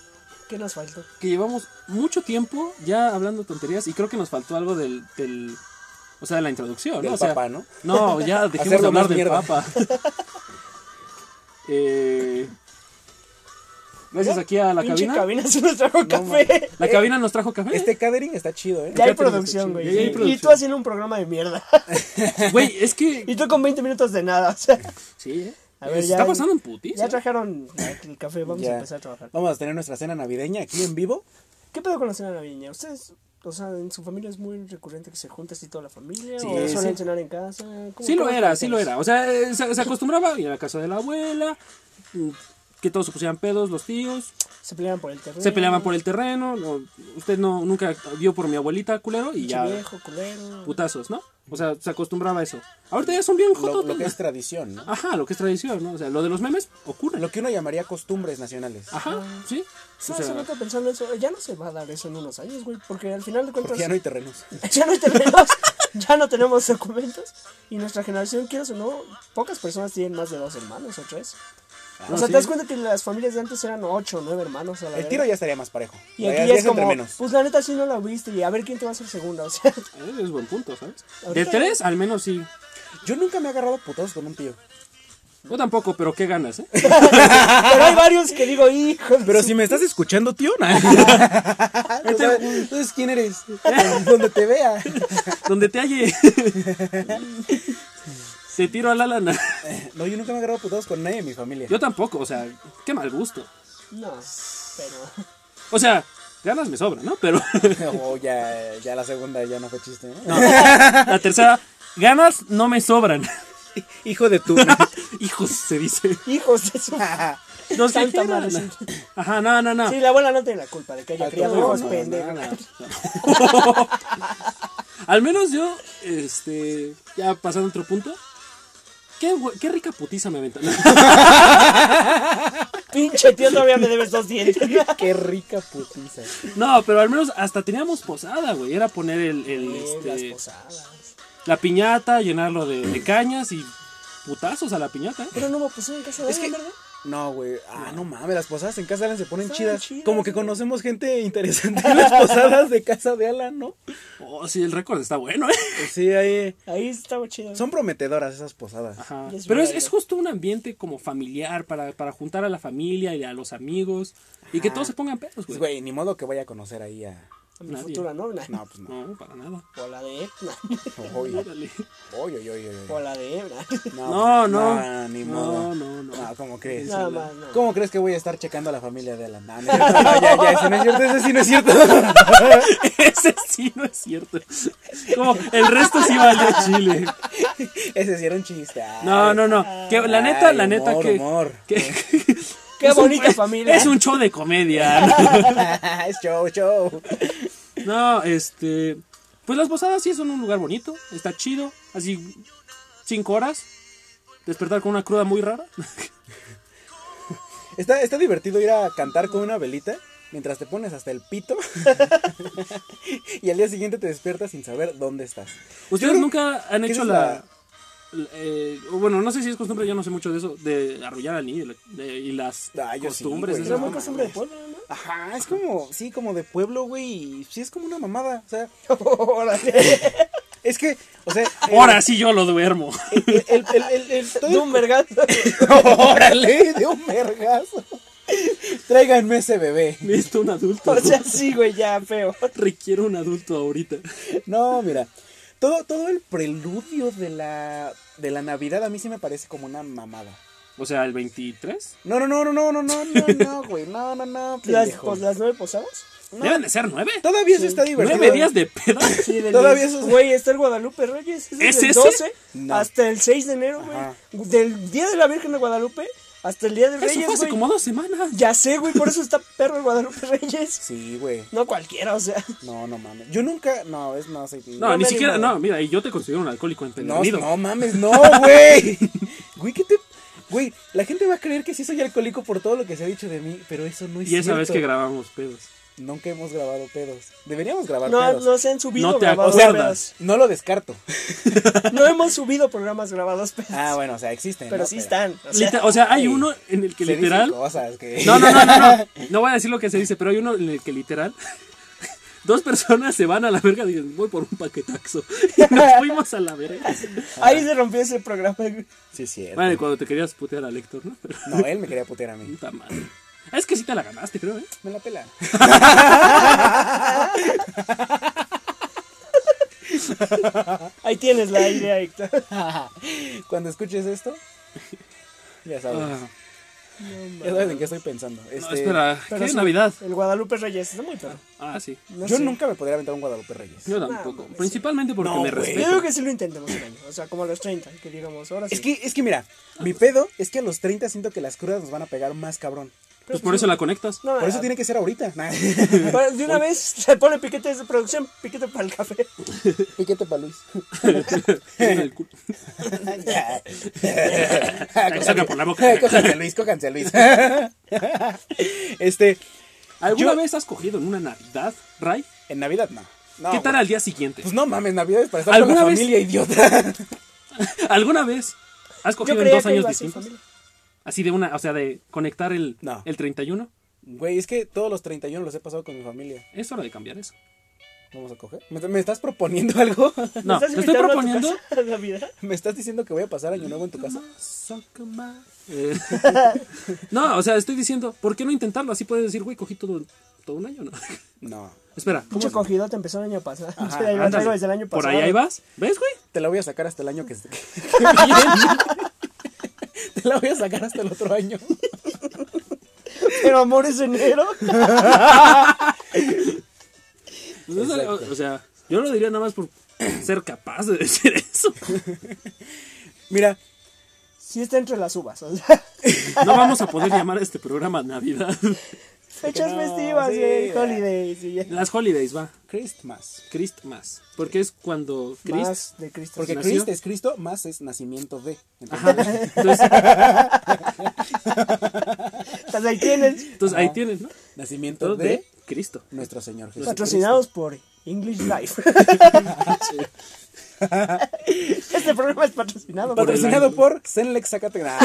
S2: ¿Qué nos faltó?
S1: que llevamos mucho tiempo ya hablando tonterías y creo que nos faltó algo del. del- o sea, de la introducción, ¿no?
S3: Del
S1: O sea,
S3: papá, ¿no?
S1: No, ya dejemos de
S3: Hacerlo
S1: hablar
S3: más
S1: del
S3: mierda.
S1: papa. Eh, gracias aquí a la
S2: Pinche
S1: cabina.
S2: cabina se nos trajo café.
S1: La cabina nos trajo café.
S3: Este catering está chido, ¿eh?
S2: Ya hay
S1: Ya tenemos
S2: producción,
S1: el
S2: güey.
S1: chingo, ya hay
S2: Y- Y tú
S1: producción.
S2: haciendo un programa de mierda.
S1: Güey, es que.
S2: Y tú con 20 minutos de nada, o sea.
S1: Sí, eh.
S2: A ver,
S1: Se
S2: ya-
S1: está pasando en putis.
S2: Ya trajeron el café, vamos
S3: Ya.
S2: a empezar a trabajar.
S3: Vamos a tener nuestra cena navideña aquí en vivo.
S2: ¿Qué pedo con la cena navideña? ¿Ustedes, o sea, en su familia es muy recurrente que se junta así toda la familia?
S1: Sí,
S2: ¿O suelen
S1: sí.
S2: cenar en casa? ¿Cómo-
S1: Sí lo
S2: cómo
S1: era, sí
S2: ustedes?
S1: lo era. O sea, eh, se, se acostumbraba a ir a la casa de la abuela, mm, que todos se pusieran pedos, los tíos,
S2: Se peleaban por el terreno.
S1: se peleaban por el terreno, no, usted no nunca vio por mi abuelita, culero, y
S2: Pinche
S1: ya
S2: viejo, culero.
S1: putazos, ¿no? O sea, se acostumbraba a eso. Ahorita ya son bien
S3: Lo,
S1: jotos.
S3: lo que es tradición, ¿no?
S1: Ajá, lo que es tradición, ¿no? O sea, lo de los memes ocurre.
S3: Lo que uno llamaría costumbres nacionales.
S2: Ah,
S1: Ajá, sí.
S2: No,
S1: O sea,
S2: se nota pensando eso. Ya no se va a dar eso en unos años, güey, porque al final de cuentas.
S3: Porque ya no hay terrenos.
S2: ya no hay terrenos, ya no tenemos documentos. Y nuestra generación, quieras o no, pocas personas tienen más de dos hermanos o tres.
S1: Ah,
S2: o sea, te das cuenta que las familias de antes eran ocho, nueve hermanos. A la
S3: El
S2: verga.
S3: tiro ya estaría más parejo.
S2: Y aquí ya
S3: Ya- ya
S2: es
S3: entre
S2: como,
S3: menos.
S2: pues la neta sí no la viste y a ver quién te va a hacer segunda, o sea.
S1: Eh, Es buen punto, ¿sabes? De
S2: Ahorita-
S1: tres, al menos sí.
S3: Yo nunca me he agarrado a putazos con un tío.
S1: Yo tampoco, pero qué ganas, ¿eh?
S2: Pero hay varios que digo, hijo. de
S3: Pero
S2: su-
S3: si me estás escuchando, tío, na- O sea, Entonces, ¿quién eres? Donde te vea.
S1: Donde te halle. Se tiro a la lana.
S3: No, yo nunca me he agarrado a putazos con nadie de mi familia.
S1: Yo tampoco, o sea, qué mal gusto.
S2: No, pero.
S1: O sea, ganas me sobra, ¿no? Pero
S3: Oh, ya, ya la segunda ya no fue chiste, ¿eh? ¿no?
S1: la tercera, ganas no me sobran.
S3: Hijo de tu.
S1: Hijos, se dice.
S2: Hijos de su.
S1: No se
S2: Santa
S1: dijeron.
S2: madre, sí.
S1: Ajá, no, no, no.
S2: Sí, la abuela no tiene la culpa de que haya
S3: Ah,
S2: criado
S3: no,
S2: hijos
S3: no,
S2: pendejos.
S1: Al menos yo, este, ya pasando a otro punto. Qué, gu- qué rica putiza me aventan.
S2: Pinche tío, todavía me debes dos dientes.
S3: Qué rica putiza.
S1: No, pero al menos hasta teníamos posada, güey. Era poner el, el,
S2: Eh,
S1: este,
S2: Las posadas.
S1: la piñata, llenarlo de, de cañas y putazos a la piñata. ¿eh?
S2: Pero no me pusieron en casa de alguien, ¿verdad?
S3: No, güey. Ah, no mames, las posadas en casa de Alan se ponen
S2: Están
S3: chidas.
S2: chidas,
S3: Como que
S2: güey.
S3: conocemos gente interesante en las posadas de casa de Alan, ¿no?
S1: Oh, sí, el récord está bueno, ¿eh?
S3: Pues Sí, ahí.
S2: Ahí estaba chido.
S3: Son prometedoras esas posadas.
S1: Ajá.
S2: Y es
S1: Pero es,
S2: verdad.
S1: es justo un ambiente como familiar para, para juntar a la familia y a los amigos y que todos se pongan pedos, güey.
S3: Pues, güey, ni modo que vaya a conocer ahí a.
S2: A mi
S1: nadie.
S2: futura novia.
S3: No, pues no.
S1: No, para nada.
S2: O la de Edna.
S3: Oy, oy,
S1: Órale.
S3: oy, oy, oy.
S2: O la de Ebra.
S1: No,
S3: pues,
S1: no.
S3: ni
S1: No,
S3: modo.
S1: no, no.
S3: ¿cómo crees?
S2: Nada más, no.
S3: ¿Cómo crees que voy a estar checando a la familia de Alan? No, no, es cierto, no, ya, ya, ese no es cierto, ese sí no es cierto.
S1: Ese sí no es cierto. Como el resto sí valió chile.
S3: Ese sí era un chiste. Ay.
S1: No, no, no. Que la neta,
S3: Ay,
S1: la neta
S3: humor,
S1: que.
S3: humor.
S1: que-
S2: Qué
S1: es un-
S2: bonita familia.
S1: Es un show de comedia.
S3: es show, show.
S1: No, este. Pues las posadas sí son un lugar bonito. Está chido. Así, cinco horas. Despertar con una cruda muy rara.
S3: Está, está divertido ir a cantar con una velita mientras te pones hasta el pito y al día siguiente te despiertas sin saber dónde estás.
S1: ¿Ustedes
S3: creo
S1: nunca han
S3: que
S1: hecho
S3: esa es
S1: la. la- eh, o bueno, no sé si es costumbre, yo no sé mucho de eso, de arrullar al niño y la- de- y las
S3: Ah, yo sí,
S1: costumbres.
S3: güey.
S1: esas
S2: Era muy
S1: mamadas.
S2: costumbre de pueblo, ¿no?
S3: Ajá, es como, sí, como de pueblo, güey. y Sí, es como una mamada. O sea,
S2: Órale.
S3: es que, o sea. el-
S1: Ahora sí yo lo duermo.
S3: El, el, el, el- el- todo el-
S2: De un vergazo.
S3: ¡Órale! De un vergazo. Tráiganme ese bebé.
S1: Necesito un adulto.
S2: O sea, sí, güey, ya feo.
S1: Requiero un adulto ahorita.
S3: No, mira. Todo, todo el preludio de la, de la Navidad a mí sí me parece como una mamada.
S1: O sea, el 23.
S3: No, no, no, no, no, no, no, no, no, güey. No, no, no,
S2: Las,
S3: pendejo.
S2: pues, las nueve posadas.
S1: Deben de ser nueve.
S3: Todavía eso está divertido.
S1: Nueve días de pedo.
S2: Sí, del
S3: Todavía
S2: diez-
S3: eso es-
S2: Güey, está el Guadalupe Reyes.
S1: ¿Es
S2: Es del
S1: ese?
S2: 12
S3: No.
S2: hasta el 6 de enero,
S3: Ajá.
S2: güey. Del Día de la Virgen de Guadalupe hasta el Día de
S1: Eso
S2: Reyes,
S1: fue hace
S2: güey.
S1: como dos semanas.
S2: Ya sé, güey, por eso está perro el Guadalupe Reyes.
S3: Sí, güey.
S2: No cualquiera, o sea.
S3: No, no mames. Yo nunca. No, es no soy.
S1: No,
S2: No
S1: ni
S2: me
S1: siquiera.
S2: animo.
S1: No, mira, y yo te considero un alcohólico
S3: no,
S1: empedernido.
S3: no mames, no, güey. güey, ¿qué te. Güey, la gente va a creer que sí soy alcohólico por todo lo que se ha dicho de mí, pero eso no es
S1: y esa
S3: cierto.
S1: vez que grabamos pedos.
S3: Nunca hemos grabado pedos. Deberíamos grabar
S2: No,
S3: pedos.
S2: no se han subido
S1: No te
S2: grabados
S1: acuerdas.
S3: No lo descarto.
S2: pedos. No hemos subido programas grabados, pero,
S3: Ah, bueno, o sea, existen.
S2: pero
S3: ¿no?
S2: sí están. O sea,
S1: Lita- o sea, hay
S3: sí.
S1: uno en el que
S3: se
S1: literal.
S3: dicen cosas que...
S1: No, no, no, no, no. No voy a decir lo que se dice, pero hay uno en el que literal. Dos personas se van a la verga y dicen, voy por un paquetaxo. Y nos fuimos a la verga.
S2: ahí se rompió ese programa. güey.
S3: Sí, es cierto.
S1: Bueno, y cuando te querías putear al Héctor, ¿no? Pero,
S3: No, él me quería putear a mí.
S1: puta madre. Es que sí te la ganaste, creo, ¿eh?
S3: Me la pela.
S2: Ahí tienes la idea, Héctor.
S3: cuando escuches esto, ya sabes.
S1: Ah,
S3: ya sabes en qué estoy pensando. Este,
S1: no, espera,
S2: Pero
S1: ¿qué es
S2: sí,
S1: Navidad?
S2: El Guadalupe Reyes está muy perro.
S1: Ah, sí.
S2: No
S3: yo
S2: sé.
S3: nunca me podría aventar un Guadalupe Reyes.
S1: Yo tampoco.
S2: mames.
S1: Principalmente porque
S3: No,
S1: me
S2: Yo
S3: güey.
S1: respeto.
S2: digo que sí lo intentemos un año. O sea, como a los 30, que digamos, ahora sí.
S3: Es que, es que mira,
S1: Ah.
S3: mi pedo es que a los 30 siento que las crudas nos van a pegar más cabrón.
S1: Pues por eso la conectas.
S2: No,
S3: Por eso
S2: ah,
S3: tiene que ser ahorita. Nah.
S2: pa- De una vez se pone piquetes de producción, piquete para el café.
S3: Piquete para Luis.
S1: En el culo.
S3: Cójanse-
S1: saca por la boca.
S3: Cójanse a Luis, cójanse a Luis. Este,
S1: ¿Alguna
S3: Yo-
S1: vez has cogido en una Navidad, Ray?
S3: en Navidad no. No,
S1: ¿Qué tal
S3: güey.
S1: al día siguiente?
S3: Pues no mames, Navidad es para estar con la
S1: ¿Alguna vez-
S3: familia, idiota.
S1: ¿Alguna vez has
S2: Yo
S1: cogido en
S2: creía
S1: dos
S2: que
S1: años
S2: iba a ser
S1: distintos?
S2: familia.
S1: Así de una, o sea, de conectar el,
S3: No.
S1: el 31.
S3: Güey, es que todos los 31 los he pasado con mi familia.
S1: Es hora de cambiar eso.
S3: Vamos a coger. ¿Me, me estás proponiendo algo?
S1: No, te estoy
S2: ¿Estás invitando a tu
S1: proponiendo.
S2: casa, Navidad?
S3: ¿Me estás diciendo que voy a pasar año nuevo en tu casa?
S1: Eh, no, o sea, estoy diciendo, ¿por qué no intentarlo? Así puedes decir, güey, cogí todo, todo un año, ¿no?
S3: No.
S1: Espera, ¿cómo
S2: Mucho
S1: se-
S2: cogido te empezó el año pasado.
S3: Ajá,
S2: Yo la
S1: Ándale,
S2: traigo desde el año pasado.
S1: Por ahí ahí vas. ¿Ves, güey?
S3: Te la voy a sacar hasta el año que... Te la voy a sacar hasta el otro año.
S2: Pero amor es enero.
S1: Pues No sale- o, o sea, yo lo diría nada más por ser capaz de decir eso.
S3: Mira,
S2: Sí está entre las uvas. o sea,
S1: No vamos a poder llamar a este programa Navidad.
S2: fechas
S3: no,
S2: festivas,
S3: sí.
S2: güey, holidays y ya.
S1: Las holidays, va.
S3: Christmas.
S1: Christmas. Porque es cuando Christ.
S2: Más de Cristo.
S3: Porque
S1: ¿Nació?
S3: Christ es Cristo, más es nacimiento de. Entonces,
S1: Ajá. Entonces,
S2: Entonces, ahí tienes.
S1: entonces ahí tienes, ¿no?
S3: nacimiento
S1: Todo
S3: de,
S1: de Cristo.
S3: nuestro Señor Jesús.
S2: Patrocinados por English Life. este programa es patrocinado por
S3: Patrocinado por Zenlex Zacate. Nah,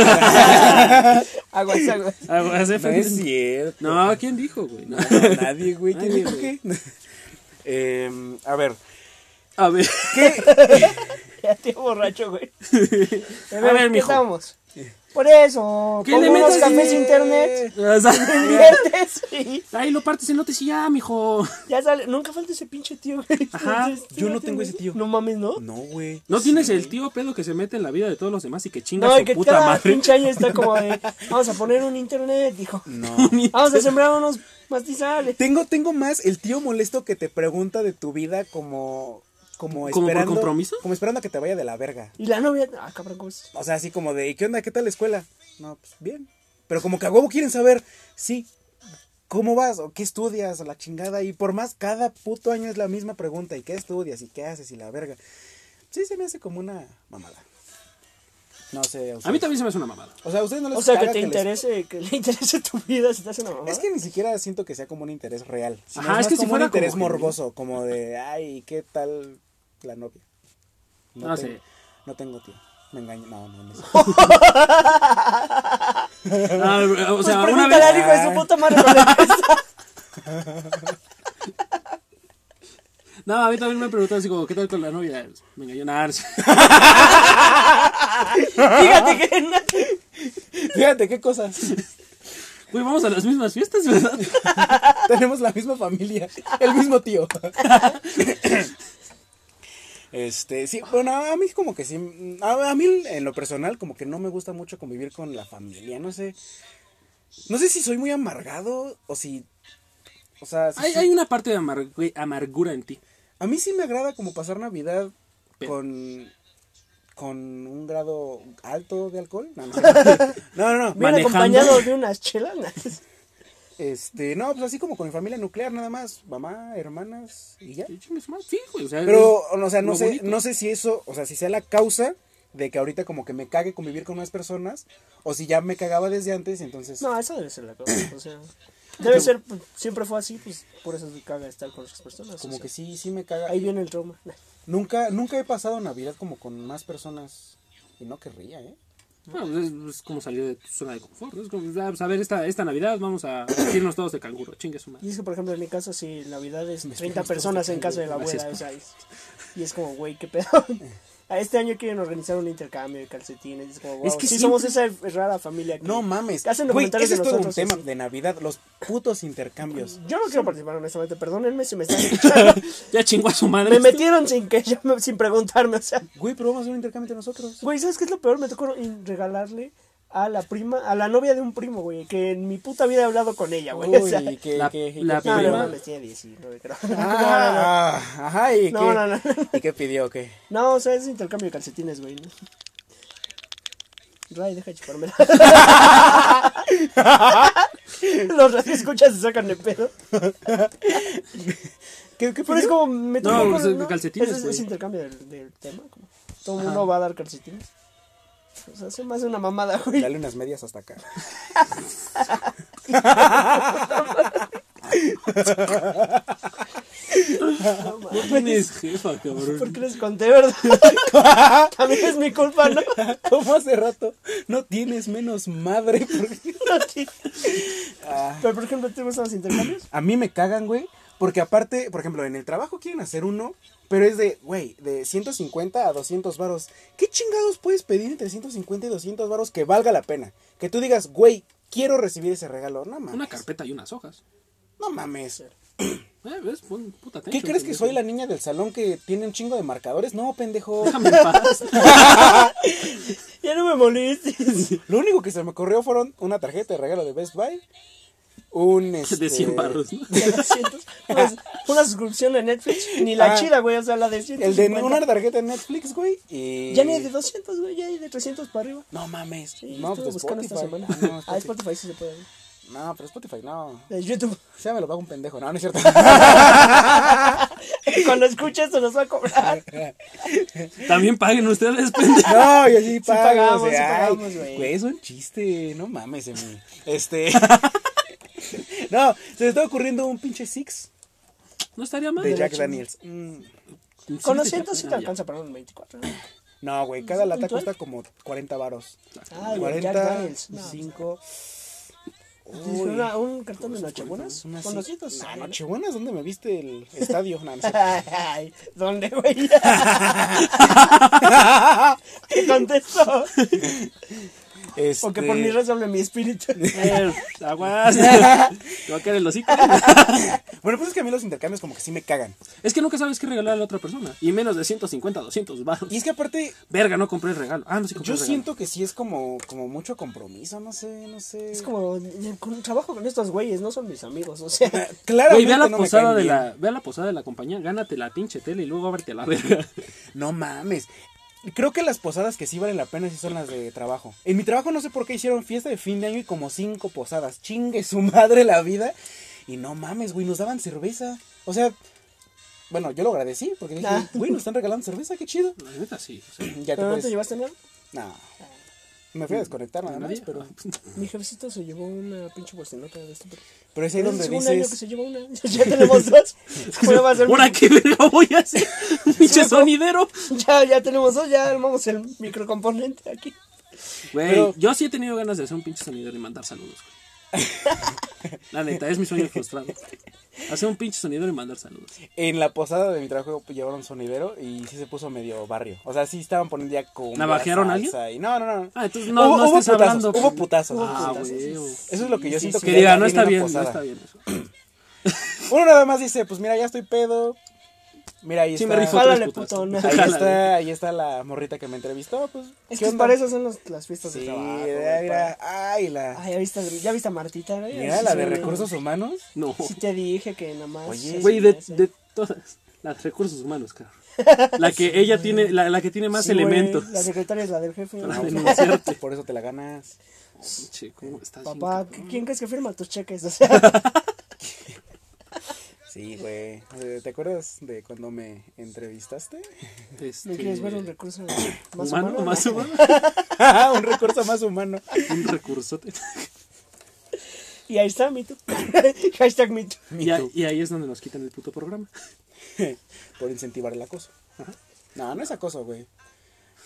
S2: Aguas, aguas.
S1: Ah, güey, hace
S3: no es
S1: feliz-
S3: cierto.
S1: No, ¿quién dijo, güey? No.
S3: No, nadie, güey. ¿Quién
S1: Nadie,
S3: dijo
S1: güey.
S3: qué? Em, a ver,
S1: A ver.
S2: Ya tío borracho, güey.
S1: A ver, mijo.
S2: Estamos? Por eso.
S1: ¿Qué
S2: ¿Qué le
S1: le metes
S2: cafés e
S1: de-
S2: internet?
S1: O sea,
S2: ¿Entiendes? Sí.
S1: ahí lo partes en notes y ya, mijo.
S2: Ya sale. Nunca falta ese pinche tío, güey.
S1: Ajá,
S2: Entonces,
S3: yo no
S2: fíjate,
S3: tengo
S2: güey.
S3: ese tío.
S2: No mames, ¿no?
S3: no, güey.
S1: No tienes el tío pedo que se mete en la vida de todos los demás y que chinga
S2: No,
S1: su
S2: y que
S1: puta
S2: cada
S1: madre.
S2: pinche año está como de. Vamos a poner un internet, dijo.
S3: No.
S2: Vamos a sembrar unos pastizales.
S3: Tengo, tengo más el tío molesto que te pregunta de tu vida como. Como,
S1: ¿Como por
S3: esperando,
S1: compromiso?
S3: Como esperando a que te vaya de la verga.
S2: Y la novia. Ah, cabrón, ¿cómo es?
S3: O sea, así como de, ¿y qué onda? ¿Qué tal la escuela? No, pues bien. Pero como que a huevo quieren saber, sí, ¿cómo vas? ¿O qué estudias? O la chingada. Y por más, cada puto año es la misma pregunta. ¿Y qué estudias? ¿Y qué haces? Y la verga. Sí, se me hace como una mamada. No sé.
S1: A mí también se me hace una mamada.
S3: O sea, a ustedes no les
S2: O sea, que
S3: caga
S2: te
S3: les-
S2: interese, que le interese tu vida si te hace una mamada.
S3: Es que ni siquiera siento que sea como un interés real. sino
S1: Ajá, es
S3: más
S1: que si
S3: como
S1: fuera
S3: un interés
S1: como que-
S3: morboso, como de, ay, ¿qué tal la novia?
S1: No
S3: tengo-
S1: sé.
S3: No tengo tío. Me engaño. No, no, no. sé.
S1: Ah, o
S2: Pues
S1: sea, una
S2: pregúntale
S1: vez.
S2: al hijo de su puta madre. con el que está.
S1: No, a mí también me preguntaron así como, ¿qué tal con la novia? Me engañó nada.
S2: Fíjate que. no-
S3: Fíjate qué cosas.
S1: Güey, vamos a las mismas fiestas, ¿verdad?
S3: Tenemos la misma familia, el mismo tío. Este, sí, bueno, a mí como que sí, a, a mí en lo personal como que no me gusta mucho convivir con la familia, no sé. No sé si soy muy amargado o si o sea, si-
S1: Hay, hay una parte de amar- güey, amargura en ti.
S3: a mí sí me agrada como pasar Navidad
S1: Pero-
S3: con con un grado alto de alcohol. No, no, sé. no, no, no.
S2: Bien
S1: Manejando.
S2: acompañado de unas chelas.
S3: Este, no, pues así como con mi familia nuclear nada más, mamá, hermanas y ya.
S1: Sí, chingue su madre, Sí, güey. O sea,
S3: Pero,
S1: es
S3: o sea, no
S1: lo
S3: sé,
S1: bonito.
S3: no sé si eso, o sea, si sea la causa de que ahorita como que me cague convivir con más personas, o si ya me cagaba desde antes, entonces...
S2: No, esa debe ser la cosa. O sea, debe ser, pues, siempre fue así, pues por eso se caga estar con otras personas. o
S3: Como
S2: sea,
S3: que sí, sí me caga.
S2: Ahí viene el trauma.
S3: Nunca, nunca he pasado Navidad como con más personas. Y no querría, ¿eh?
S1: No, pues es, es como salir de tu zona de confort. ¿no? Es como, ah, pues, a ver, esta, esta Navidad vamos a irnos todos de canguro. Chingue su madre.
S2: Y es que, por ejemplo, en mi caso, si Navidad es
S3: Me
S2: 30
S3: esperas todo
S2: personas
S3: este
S2: en casa de la
S1: Así
S2: abuela, o
S1: es.
S2: sea, es- y es como, güey, qué pedo. A este año quieren organizar un intercambio de calcetines. Es como, wow,
S1: Es que
S2: sí,
S1: siempre-
S2: somos esa rara familia. que-
S3: pues, No mames.
S2: que Hacen
S3: Güey,
S2: documentales
S3: ese es
S2: de
S3: todo un
S2: nosotros,
S3: tema
S2: así.
S3: de Navidad, los putos intercambios.
S2: Yo no quiero participar, honestamente. Perdónenme si me están escuchando.
S1: Ya chingó a su madre.
S2: me metieron sin que yo me- sin preguntarme, o sea.
S3: Güey, pero vamos a hacer un intercambio entre nosotros.
S2: Güey, ¿sabes qué es lo peor? Me tocó in- regalarle a la prima, a la novia de un primo, güey, que en mi puta vida he hablado con ella, Ah, güey. o sea,
S3: Uy, que-
S1: La-
S3: que-
S1: la
S3: que-
S2: no, no,
S1: prima.
S2: mames, tiene 19, creo.
S3: Ah, ajá, ¿y
S2: No,
S3: qué?
S2: no, no, no.
S3: ¿Y qué pidió? ¿Qué?
S2: No, o sea, es intercambio de calcetines, güey. ¿no? Ray, deja de chuparme. Los radioescuchas se sacan de pedo.
S3: ¿Qué, qué
S2: Pero es
S3: pidió?
S2: como me
S1: No,
S2: tocó
S1: o sea, calcetines,
S2: Ese Es,
S1: güey.
S2: es intercambio del, del tema. como, Todo el mundo va a dar calcetines. O sea, se me hace una mamada, güey.
S3: Dale unas medias hasta acá.
S1: No tienes jefa, cabrón.
S2: Porque les conté, ¿verdad? También es mi culpa, ¿no?
S3: Como hace rato, no tienes menos madre. porque- Ah.
S2: Pero, por ejemplo, ¿te gustan los intercambios?
S3: A mí me cagan, güey. Porque aparte, por ejemplo, en el trabajo quieren hacer uno, pero es de, güey, de 150 a 200 varos. ¿Qué chingados puedes pedir entre 150 y 200 varos que valga la pena? Que tú digas, güey, quiero recibir ese regalo. No mames.
S1: Una carpeta y unas hojas.
S3: No mames.
S1: Eh, ¿ves? Pon puta
S3: ¿Qué
S1: atención,
S3: crees que
S1: pendejo.
S3: soy la niña del salón que tiene un chingo de marcadores? No, pendejo.
S1: Déjame en paz.
S2: Ya no me molestes.
S3: Lo único que se me ocurrió fueron una tarjeta de regalo de Best Buy, un este,
S1: De 100 barros, ¿no?
S2: De 200. Pues, una suscripción a Netflix. Ni la
S3: Ah.
S2: chida, güey. O sea, la de
S3: El de
S2: 150.
S3: una tarjeta de Netflix, güey, y
S2: Ya ni hay de 200, güey. Ya hay de 300 para arriba.
S3: No mames.
S2: Sí,
S3: no,
S2: estuve
S3: pues de
S2: buscando esta
S3: Spotify.
S2: semana.
S3: Ah, no,
S2: Ah,
S3: Spotify.
S2: Spotify sí se puede.
S3: No, pero Spotify no.
S2: De YouTube.
S3: Ya me lo paga un pendejo. No, no es cierto.
S2: Cuando escuches esto nos va a cobrar.
S1: También paguen ustedes, pendejo.
S3: No, yo sí pago.
S2: pagamos,
S3: o sea,
S2: sí pagamos,
S3: ay,
S2: güey.
S3: Güey, es un chiste. No mames, Emi. Este. no, se me está ocurriendo un pinche Six
S1: No estaría mal.
S3: de Jack Daniels. Mm.
S1: Sí,
S2: Con
S1: te-
S2: 200 sí te
S1: ah, ya.
S2: alcanza para un 24. ¿no?
S3: No, güey, cada lata cuesta como 40 varos.
S2: Ah, el Jack
S3: 40,
S2: Daniels. No,
S3: 5.
S2: Una- un cartón de Nochebuenas. Con 200.
S3: Ah,
S2: sale, ¿no?
S3: Nochebuenas, ¿dónde me viste el estadio? No, no sé.
S2: Ay, ¿Dónde, güey? ¿Qué contesto? Porque por mi
S3: Este,
S2: red sobre mi espíritu.
S1: Eh, aguas. Te va a caer el hocico.
S3: Bueno, pues es que a mí los intercambios como que sí me cagan.
S1: Es que nunca sabes qué regalar a la otra persona. Y menos de 150, 200 baros.
S3: Y es que aparte,
S1: Verga, no compré el regalo. Ah, no, sí compré
S3: yo
S1: el regalo.
S3: siento que sí es como, como mucho compromiso, no sé, no sé.
S2: Es como, con- trabajo con estos güeyes, no son mis amigos, o sea.
S3: Ah, Claro,
S1: Güey, ve a la posada de la, ve a la posada de la compañía, gánate la pinche tele y luego ábrete a la verga.
S3: No mames. Creo que las posadas que sí valen la pena sí son las de trabajo. En mi trabajo no sé por qué hicieron fiesta de fin de año y como cinco posadas. Chingue su madre la vida. Y no mames, güey, nos daban cerveza. O sea, bueno, yo lo agradecí porque dije,
S2: Ah.
S3: güey, nos están regalando cerveza, qué chido.
S1: La neta sí. o sea,
S3: Ya te
S2: ¿Pero no te
S3: puedes.
S2: llevaste nada?
S3: No. Me fui a desconectar nada más,
S1: nadie,
S3: pero.
S2: Mi jefecito se llevó una pinche bolsinota de esto.
S3: Pero es ahí
S2: Es el
S3: donde
S2: segundo año que
S3: dices.
S2: se lleva una. Ya tenemos dos. Bueno, va a ser-
S1: Ahora qué verga voy a hacer. Pinche sonidero.
S2: Ya, ya tenemos dos, ya armamos el microcomponente aquí.
S1: Güey,
S3: Pero-
S1: yo sí he tenido ganas de hacer un pinche sonidero y mandar saludos, güey. La neta, es mi sueño frustrado. Hacer un pinche sonidero y mandar saludos.
S3: En la posada de mi trabajo llevaron sonidero y sí se puso medio barrio. O sea, sí estaban poniendo ya con.
S1: ¿Navajearon a alguien?
S3: No, no, no.
S1: Ah, entonces no,
S3: Hubo-
S1: no
S3: hubo
S1: estés
S3: putazos,
S1: hablando.
S3: Hubo putazos.
S1: Ah,
S3: hubo putazos.
S1: güey.
S3: Eso es lo que yo siento
S1: Que
S3: ya
S1: diga,
S3: también
S1: no está
S3: en una
S1: bien, no
S3: posada.
S1: está bien. eso.
S3: Uno nada más dice, pues mira, ya estoy pedo. Mira, ahí
S1: Sí, me
S3: está.
S1: rifo
S2: Jálale,
S1: tres putazos.
S2: putón.
S3: Ahí
S1: Jálale.
S3: está, ahí está la morrita que me entrevistó, pues.
S2: Es
S3: ¿qué
S2: que
S3: onda?
S2: para eso son los- las fiestas de
S3: Sí,
S2: trabajo.
S3: mira,
S2: güey,
S3: mira,
S2: para-
S3: ay, la.
S2: Ay, ya viste, ya viste a Martita, güey.
S3: Mira,
S2: Sí,
S3: la
S2: sí,
S3: de
S2: güey.
S3: recursos humanos.
S1: No.
S2: Sí te dije que nada más.
S3: Oye.
S1: Güey, de,
S2: Sí,
S1: de todas las recursos humanos, cabrón. La que ella tiene, la, la que tiene más
S2: sí, güey,
S1: elementos.
S2: La secretaria es la del
S3: Ah,
S2: jefe.
S1: Para
S2: ¿no?
S1: denunciarte.
S3: Por eso te la ganas.
S1: Che, ¿cómo estás?
S2: Papá, ¿quién crees que firma tus cheques? O sea,
S3: Sí, güey. Eh, ¿Te acuerdas de cuando me entrevistaste?
S1: Este,
S2: ¿no quieres ver un recurso más
S1: humano,
S2: humano?
S1: más humano.
S3: Un recurso más humano.
S1: un recurso.
S2: Y ahí está, me too. Hashtag me too.
S1: Y, ahí- y ahí es donde nos quitan el puto programa.
S3: Por incentivar el acoso. No, no es acoso, güey.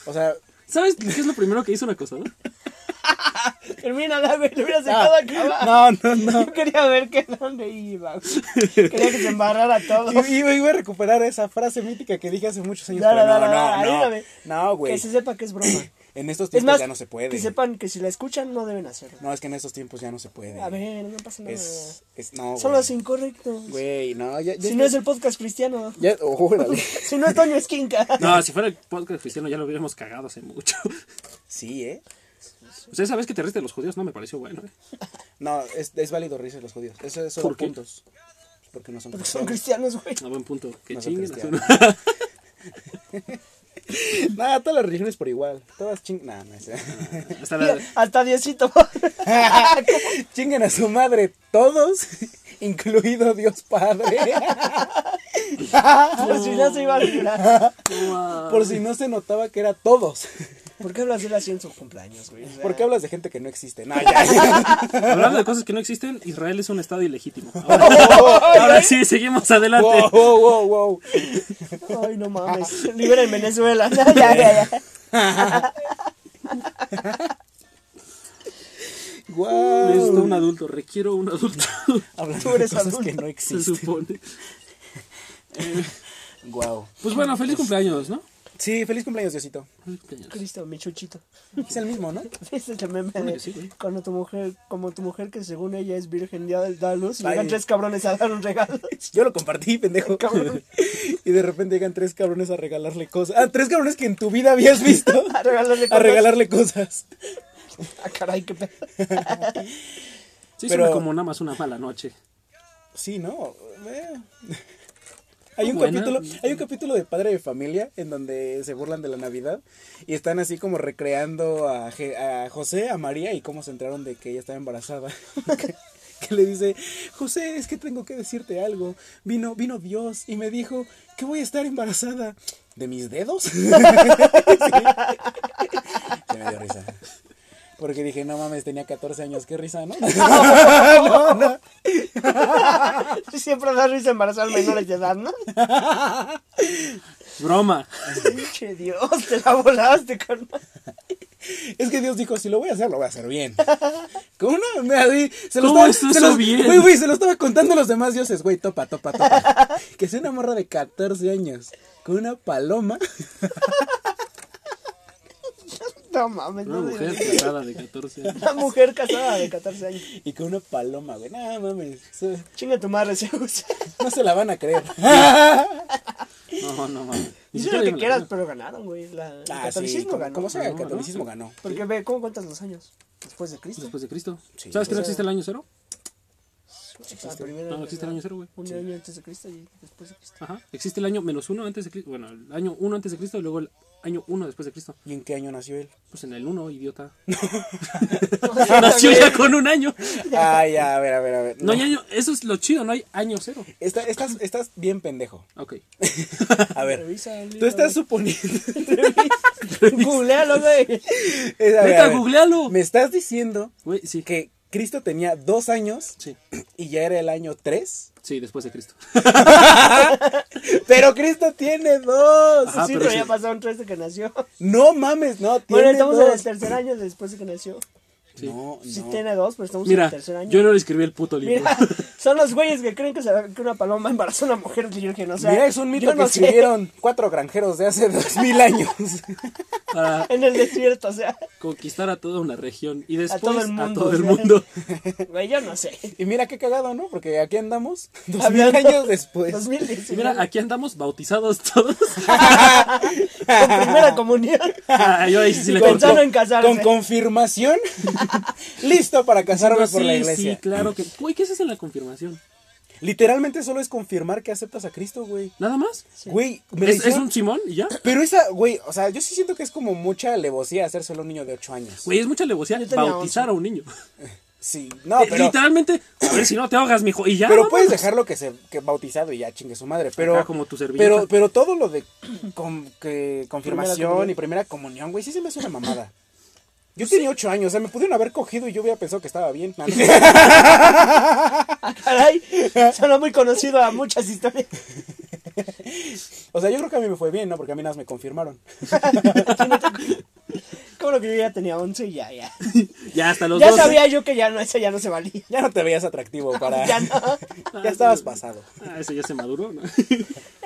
S3: O sea,
S1: ¿Sabes qué es lo primero que hizo un acosador?
S2: Termínala, güey, lo
S3: Ah.
S2: hubieras dejado acabar.
S3: no, no, no.
S2: Yo quería ver que dónde iba, güey. Quería que se embarrara todo.
S3: Y- y- Iba, a recuperar esa frase mítica que dije hace muchos años.
S2: No,
S3: pero
S2: no,
S3: no,
S2: no, no,
S3: no,
S2: ahí
S3: no,
S2: la
S3: no,
S2: ve.
S3: güey.
S2: Que se sepa que es broma.
S3: En estos
S2: Es
S3: tiempos
S2: más,
S3: ya no se puede.
S2: que sepan que si la escuchan no deben hacerlo.
S3: No, es que en estos tiempos ya no se puede.
S2: A ver, no pasa nada.
S3: es, es no,
S2: Solo
S3: güey.
S2: es incorrecto.
S3: Güey, no, ya, ya-
S2: Si no es el podcast cristiano.
S3: ya- órale.
S2: Si no es Toño Esquinca.
S1: No, si fuera el podcast cristiano ya lo hubiéramos cagado hace mucho.
S3: Sí, ¿eh?
S1: Ustedes saben que te riste de los judíos, no me pareció bueno. ¿eh?
S3: No, es, es válido reírse de los judíos. Eso es solo
S1: ¿Por qué?
S3: puntos. Porque no son
S2: Porque son
S3: cristianos.
S2: cristianos, güey.
S1: A buen punto. Que
S3: No soy
S1: chinguen.
S3: cristiano.
S1: a su-
S3: Nada, todas las religiones por igual. Todas ching... Nah, no es cierto.
S1: Hasta la-
S2: Mira, Hasta Diosito.
S3: Chinguen a su madre todos, incluido Dios Padre.
S2: Por si no se iba a librar.
S1: Wow.
S3: por si no se notaba que era todos.
S2: ¿Por qué hablas de él así en su cumpleaños, güey? O sea,
S3: ¿Por qué hablas de gente que no existe? No, ya.
S1: Hablando de cosas que no existen, Israel es un estado ilegítimo. Ahora, ahora sí, seguimos adelante.
S3: wow, wow, wow, wow.
S2: Ay, no mames. Libera en Venezuela. Ya, ya, ya.
S3: Wow.
S1: Necesito un adulto, requiero un adulto.
S3: Hablando
S2: Tú eres
S3: de cosas que
S2: adulto.
S3: no
S1: se
S3: existen.
S1: supone.
S3: Wow.
S1: Pues bueno, feliz cumpleaños, ¿no?
S3: Sí, feliz cumpleaños, Diosito.
S1: Feliz cumpleaños.
S2: Cristo, mi chuchito.
S3: Es el mismo, ¿no?
S2: Ese es el meme
S1: Pone
S2: de
S1: que sí, güey.
S2: cuando tu mujer, como tu mujer que según ella es virgen, ya da luz, y
S3: Ay.
S2: llegan tres cabrones a dar un regalo.
S3: Yo lo compartí, pendejo.
S2: Cabrón.
S3: Y de repente llegan tres cabrones a regalarle cosas. Ah, tres cabrones que en tu vida habías visto.
S2: A regalarle
S3: A
S2: cosas.
S3: regalarle cosas.
S2: Ah, caray, qué pedo.
S1: Sí,
S3: Pero-
S1: suena como nada más una mala noche.
S3: Sí, ¿no? Eh. Hay un,
S1: Buena.
S3: capítulo, hay un capítulo de Padre de Familia en donde se burlan de la Navidad y están así como recreando a, Je- a José, a María y cómo se enteraron de que ella estaba embarazada. que, que le dice, José, es que tengo que decirte algo. Vino, vino Dios y me dijo que voy a estar embarazada. ¿De mis dedos? Sí. Se me dio risa. Porque dije, no mames, tenía 14 años, qué risa, ¿no? no, no.
S2: Siempre da risa embarazar menores de edad, ¿no?
S1: Broma.
S2: Che Dios, te la volaste, carnal.
S3: Es que Dios dijo, si lo voy a hacer, lo voy a hacer bien. ¿Cómo no? Me- así, se lo
S1: ¿Cómo
S3: estaba,
S1: es
S3: se
S1: eso
S3: los-
S1: bien?
S3: Güey, güey, se lo estaba contando a los demás dioses, güey, topa, topa, topa. Que sea una morra de 14 años con una paloma.
S2: No mames,
S1: Una
S2: no
S1: mujer
S2: digas.
S1: casada de 14 años.
S2: Una mujer casada de 14 años.
S3: Y con una paloma, güey. No mames. se-
S2: Chinga tu madre, Zeus.
S3: No se la van a creer. Ah,
S1: No, no mames. Ni
S2: Dice
S1: siquiera
S2: lo
S1: yo me
S2: que
S1: la
S2: quieras,
S1: creo.
S2: pero ganaron, güey. La, el
S3: Ah, sí,
S2: catolicismo
S3: como,
S2: ganó.
S3: como sea, el
S1: Ganó, ¿no?
S3: catolicismo ganó.
S2: Porque ve, ¿cómo cuentas los años? Después de Cristo.
S1: Después de Cristo.
S3: Sí.
S1: ¿Sabes que
S2: O
S1: no
S2: sea-
S1: existe el año cero?
S2: Ah, primero
S1: No, no existe el año cero, güey.
S2: Un año antes de Cristo y después de Cristo.
S1: Ajá. Existe el año menos uno antes de Cristo. Bueno, el año uno antes de Cristo y luego el año uno después de Cristo.
S3: ¿Y en qué año nació él?
S1: Pues en el uno, idiota. Nació ya con un año.
S3: Ay, ya, a ver, a ver, a ver.
S1: No hay año. Eso es lo chido, no hay año cero.
S3: Está- estás, estás bien pendejo.
S1: Ok.
S3: A ver.
S2: Revisa el
S3: Tú estás
S2: libro,
S3: suponiendo.
S2: güey. Googlealo, güey.
S3: Es- a ver,
S1: Neta,
S3: a ver.
S1: googlealo.
S3: Me estás diciendo
S1: Güey, sí.
S3: que Cristo tenía dos años
S1: Sí.
S3: y ya era el año tres.
S1: Sí, después de Cristo.
S3: Pero Cristo tiene dos.
S1: Ajá,
S2: sí,
S1: pero
S2: pero
S1: sí.
S2: ya pasaron tres de que nació.
S3: No mames, no tiene
S2: Bueno, estamos en el
S3: dos.
S2: tercer año después de que nació.
S3: No,
S2: Sí
S3: no.
S2: tiene dos, pero estamos en
S1: Mira,
S2: el tercer año.
S1: yo no le escribí el puto libro.
S2: Mira, son los güeyes que creen que, se- que una paloma embarazó a una mujer virgen, o sea...
S3: Mira, es un
S2: yo
S3: mito que
S2: no sé,
S3: escribieron cuatro granjeros de hace dos mil años.
S1: Para
S2: en el desierto, o sea,
S1: conquistar a toda una región y después
S2: a todo el mundo. o sea,
S1: mundo.
S2: Güey, yo no sé.
S3: Y mira qué cagado, ¿no? Porque aquí andamos dos mil
S2: Hablando-
S3: años después.
S2: 2019,
S1: Y mira, aquí andamos bautizados todos.
S2: con primera comunión.
S1: Ah, yo ahí sí le
S2: Con-
S1: corto.
S2: Pensaron en casarse.
S3: Con confirmación. Listo para casarme
S1: No,
S3: por la
S1: sí,
S3: iglesia.
S1: Sí, claro que. Güey, ¿qué es eso en la confirmación?
S3: Literalmente solo es confirmar que aceptas a Cristo, güey.
S1: ¿Nada más?
S3: Güey, me
S1: ¿Es, es
S3: hicieron-
S1: un Simón y ya?
S3: Pero esa, güey, o sea, yo sí siento que es como mucha alevosía hacérselo a un niño de 8 años.
S1: Güey, es mucha alevosía
S2: tenía
S1: bautizar a un niño.
S3: Sí, no,
S1: Eh,
S3: pero,
S1: Literalmente, a ver si no te ahogas, mijo. Y ya.
S3: pero
S1: vámonos.
S3: puedes dejarlo que se que bautizado y ya chingue su madre. Pero,
S1: Acá como tu servilleta.
S3: pero, pero todo lo de con- que confirmación
S2: comunión.
S3: y primera comunión, güey, sí se me hace una mamada. Yo tenía 8 años, o sea, me pudieron haber cogido y yo hubiera pensado que estaba bien. No, no.
S2: Ah, caray, solo muy conocido a muchas historias.
S3: O sea, yo creo que a mí me fue bien, ¿no? Porque a mí nada más me confirmaron.
S2: Como lo que yo ya tenía 11 y ya, ya.
S1: Ya hasta los
S2: Ya
S1: dos.
S2: sabía yo que ya no, esa ya no se valía.
S3: Ya no te veías atractivo para.
S2: Ya no.
S3: ya estabas pasado.
S1: Ah, eso ya se maduró, ¿no?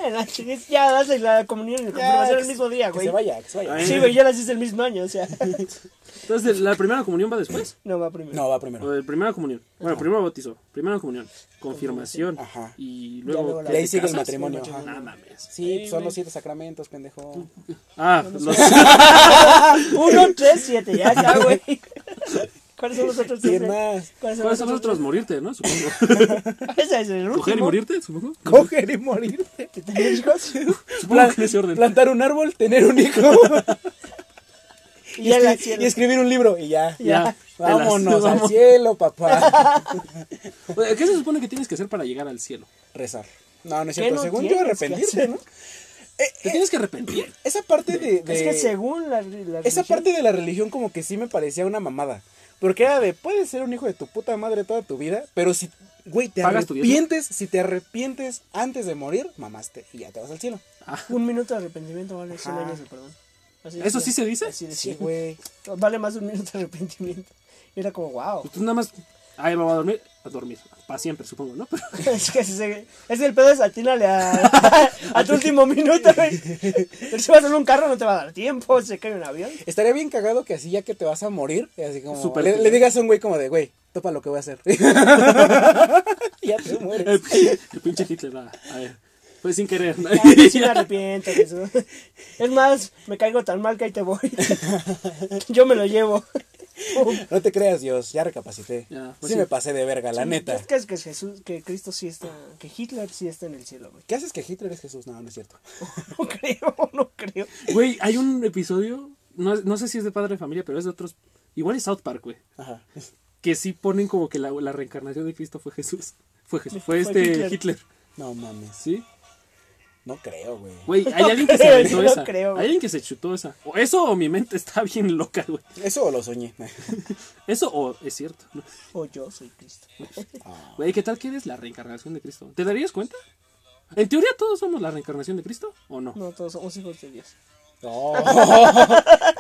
S2: Eh, la chingues, Ya das la comunión y la confirmación el mismo día,
S3: que
S2: güey.
S3: se vaya, que se vaya.
S1: Ay.
S2: Sí, güey, ya las hice el mismo año, o sea.
S1: Entonces, ¿la primera comunión va después?
S2: No va primero.
S3: No, va
S1: O
S3: primero.
S1: de primera comunión. Bueno, primero bautizo, primera comunión, confirmación.
S3: Ajá.
S1: Y
S2: Ya
S1: luego.
S2: luego la-
S1: ¿qué
S3: Le
S1: te
S3: sigue el
S1: casas?
S3: matrimonio. ajá.
S1: No mames.
S3: Sí, pues, son los siete sacramentos, pendejo.
S1: Ah, los-
S2: Uno, tres, siete, ya está, güey. ¿Cuáles son los otros
S3: ¿Qué
S2: tres?
S3: más?
S2: ¿Cuáles
S1: ¿cuáles son los otros? pues Morirte, ¿no? Supongo.
S2: tres? Ese es el último.
S1: Coger y morirte, supongo.
S3: Coger y morirte.
S2: ¿Tener hijos?
S1: Supongo que en ese orden.
S3: Plantar un árbol, tener un hijo
S2: Y
S3: y,
S2: ya la
S3: escri- y escribir un libro y ya.
S1: Ya.
S3: Vámonos al
S1: Vamos.
S3: cielo, papá.
S1: Oye, ¿Qué se supone que tienes que hacer para llegar al cielo?
S3: Rezar. No, no es
S2: ¿Qué
S3: cierto.
S2: no
S3: Según yo,
S2: tienes que
S3: arrepentirte,
S2: hacer?
S3: ¿no?
S1: Te tienes que arrepentir.
S3: Esa parte de. de-
S2: Es que según la, la
S3: esa
S2: religión-
S3: parte de la religión, como que sí me parecía una mamada. Porque era de, puedes ser un hijo de tu puta madre toda tu vida, pero si, güey, te
S1: ¿Pagas tu
S3: arrepientes, si te arrepientes antes de morir, mamaste y ya te vas al cielo.
S2: Un minuto de arrepentimiento vale 100
S3: Ajá.
S2: años de perdón. Así
S1: ¿Eso
S2: decía.
S1: sí se dice?
S2: Así
S3: Sí,
S2: decía.
S3: güey.
S2: Vale más de un minuto de arrepentimiento. Y era como, wow.
S1: Tú Pues nada más. Ahí me voy a dormir. A dormir. Para siempre, supongo, ¿no? Pero-
S2: es que si se- es el pedo es atínale a, a tu último minuto, güey. Pero si vas en un carro no te va a dar tiempo, se cae un avión.
S3: Estaría bien cagado que así ya que te vas a morir, así como
S1: Súper
S3: le,
S1: bien.
S3: le digas a un güey como de, güey, topa lo que voy a hacer. ya te mueres.
S1: el, pin- el pinche Hitler. va, A ver. Pues sin querer. ¿no?
S2: Ay, sí me arrepiento, Jesús. Es más, me caigo tan mal que ahí te voy. Yo me lo llevo.
S3: No te creas, Dios, ya recapacité.
S1: Ya, pues
S3: sí,
S1: sí.
S3: me pasé de verga, la neta.
S2: Es que, es que Jesús, que Cristo sí está, que Hitler sí está en el cielo, güey.
S3: ¿Qué haces que Hitler es Jesús? No, no es cierto.
S2: No creo, no creo.
S1: Güey, hay un episodio. No, no sé si es de Padre de Familia, pero es de otros. Igual es South Park, güey.
S3: Ajá.
S1: Que sí ponen como que la, la reencarnación de Cristo fue Jesús. Fue Jesús.
S2: Fue
S1: Fue este
S2: Hitler.
S1: Hitler.
S3: No mames.
S1: ¿Sí?
S3: No creo, güey.
S1: Güey, hay
S2: No
S1: alguien que se
S2: creo,
S1: aventó
S2: yo no
S1: esa.
S2: creo, güey.
S1: hay alguien que se chutó esa. O eso o mi mente está bien loca, güey.
S3: Eso lo soñé.
S1: Eso o es cierto. ¿no?
S2: O yo soy Cristo.
S3: Ah,
S1: Güey, ¿qué tal que eres la reencarnación de Cristo? ¿Te darías cuenta? En teoría todos somos la reencarnación de Cristo, ¿o no?
S2: No, todos somos hijos de Dios.
S3: No.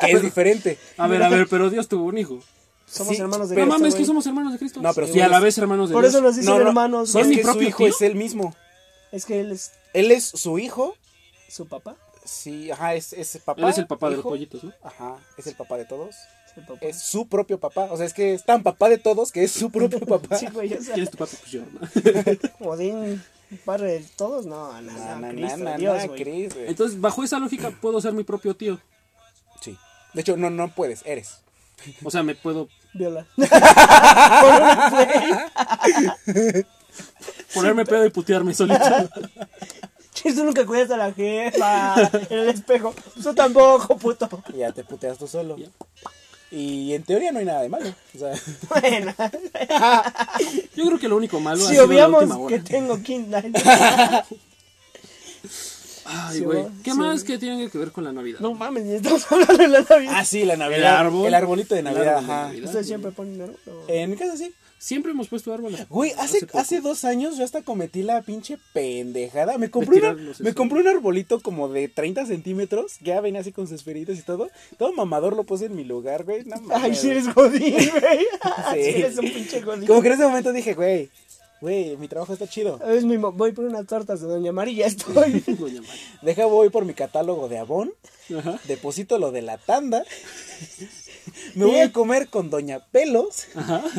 S3: que es diferente.
S1: A ver, a ver, pero Dios tuvo un hijo.
S2: Somos
S3: Sí,
S2: hermanos de
S1: Pero
S2: Cristo,
S1: mames, que
S2: este güey.
S1: somos hermanos de Cristo.
S3: No, pero
S1: y
S3: sí,
S1: a la
S3: güey.
S1: vez hermanos de
S2: Por
S1: Dios.
S2: eso nos dicen hermanos.
S1: son
S3: Es
S1: mi
S2: güey.
S3: que su
S1: propio
S3: hijo
S1: tío.
S3: es él mismo.
S2: Es que él es
S3: Él es su hijo.
S2: su papá.
S3: Sí, ajá, es, es papá.
S1: Él es el
S2: Ah,
S1: papá de los
S3: hijo.
S1: pollitos, ¿no?
S3: Ajá, es el papá de todos.
S2: Es el papá.
S3: Es su propio papá. O sea, es que es tan papá de todos que es su propio papá.
S2: Sí, güey, o sea,
S1: ¿Quién es tu papá? Pues yo, ¿no?
S2: Odín, padre de todos. No, no,
S3: Na,
S2: no,
S3: na,
S2: Ah, Cristo,
S3: na, na,
S2: Dios,
S3: na,
S2: güey.
S3: Chris, güey.
S1: Entonces, bajo esa lógica, puedo ser mi propio tío.
S3: Sí. De hecho, no, no puedes, eres.
S1: O sea, me puedo
S2: Viola.
S1: ponerme pedo y putearme solito.
S2: Chis, tú nunca cuidas a la jefa en el espejo. Pues Tú tampoco, puto.
S3: Y ya te puteas tú solo.
S1: Ya.
S3: Y en teoría no hay nada de malo. O sea,
S2: Bueno,
S1: Yo creo que lo único malo ha
S2: si
S1: sido la
S2: obviamos
S1: última hora.
S2: que tengo Kindle.
S1: Ay,
S2: Sí,
S1: güey.
S2: va,
S1: ¿Qué
S2: sí,
S1: más que tiene que ver con la Navidad?
S2: No mames, ni estamos hablando de la Navidad.
S3: ah, sí, la Navidad.
S1: El árbol.
S3: El arbolito de Navidad,
S1: El árbol de
S3: ajá.
S1: Navidad.
S2: Ustedes siempre ponen árbol. No.
S3: En mi casa sí.
S1: Siempre hemos puesto árboles.
S3: Güey, hace, hace,
S1: poco.
S3: dos años yo hasta cometí la pinche pendejada. Me
S1: De
S3: compré, una-
S1: tirarlos,
S3: me
S1: eso.
S3: compré un arbolito como de 30 centímetros. Ya venía así con sus feritas y todo. Todo mamador lo puse en mi lugar, güey. No mames,
S2: Ay, si
S3: güey.
S2: eres godín, güey.
S3: Sí.
S2: Si eres un pinche godín.
S3: Como que en ese momento dije, güey, güey, mi trabajo está chido.
S2: Es mi mo- voy por unas tortas de Doña María, estoy.
S1: Doña María.
S3: Deja, voy por mi catálogo de Avon.
S1: Ajá.
S3: Deposito lo de la tanda. Me voy a comer con Doña Pelos.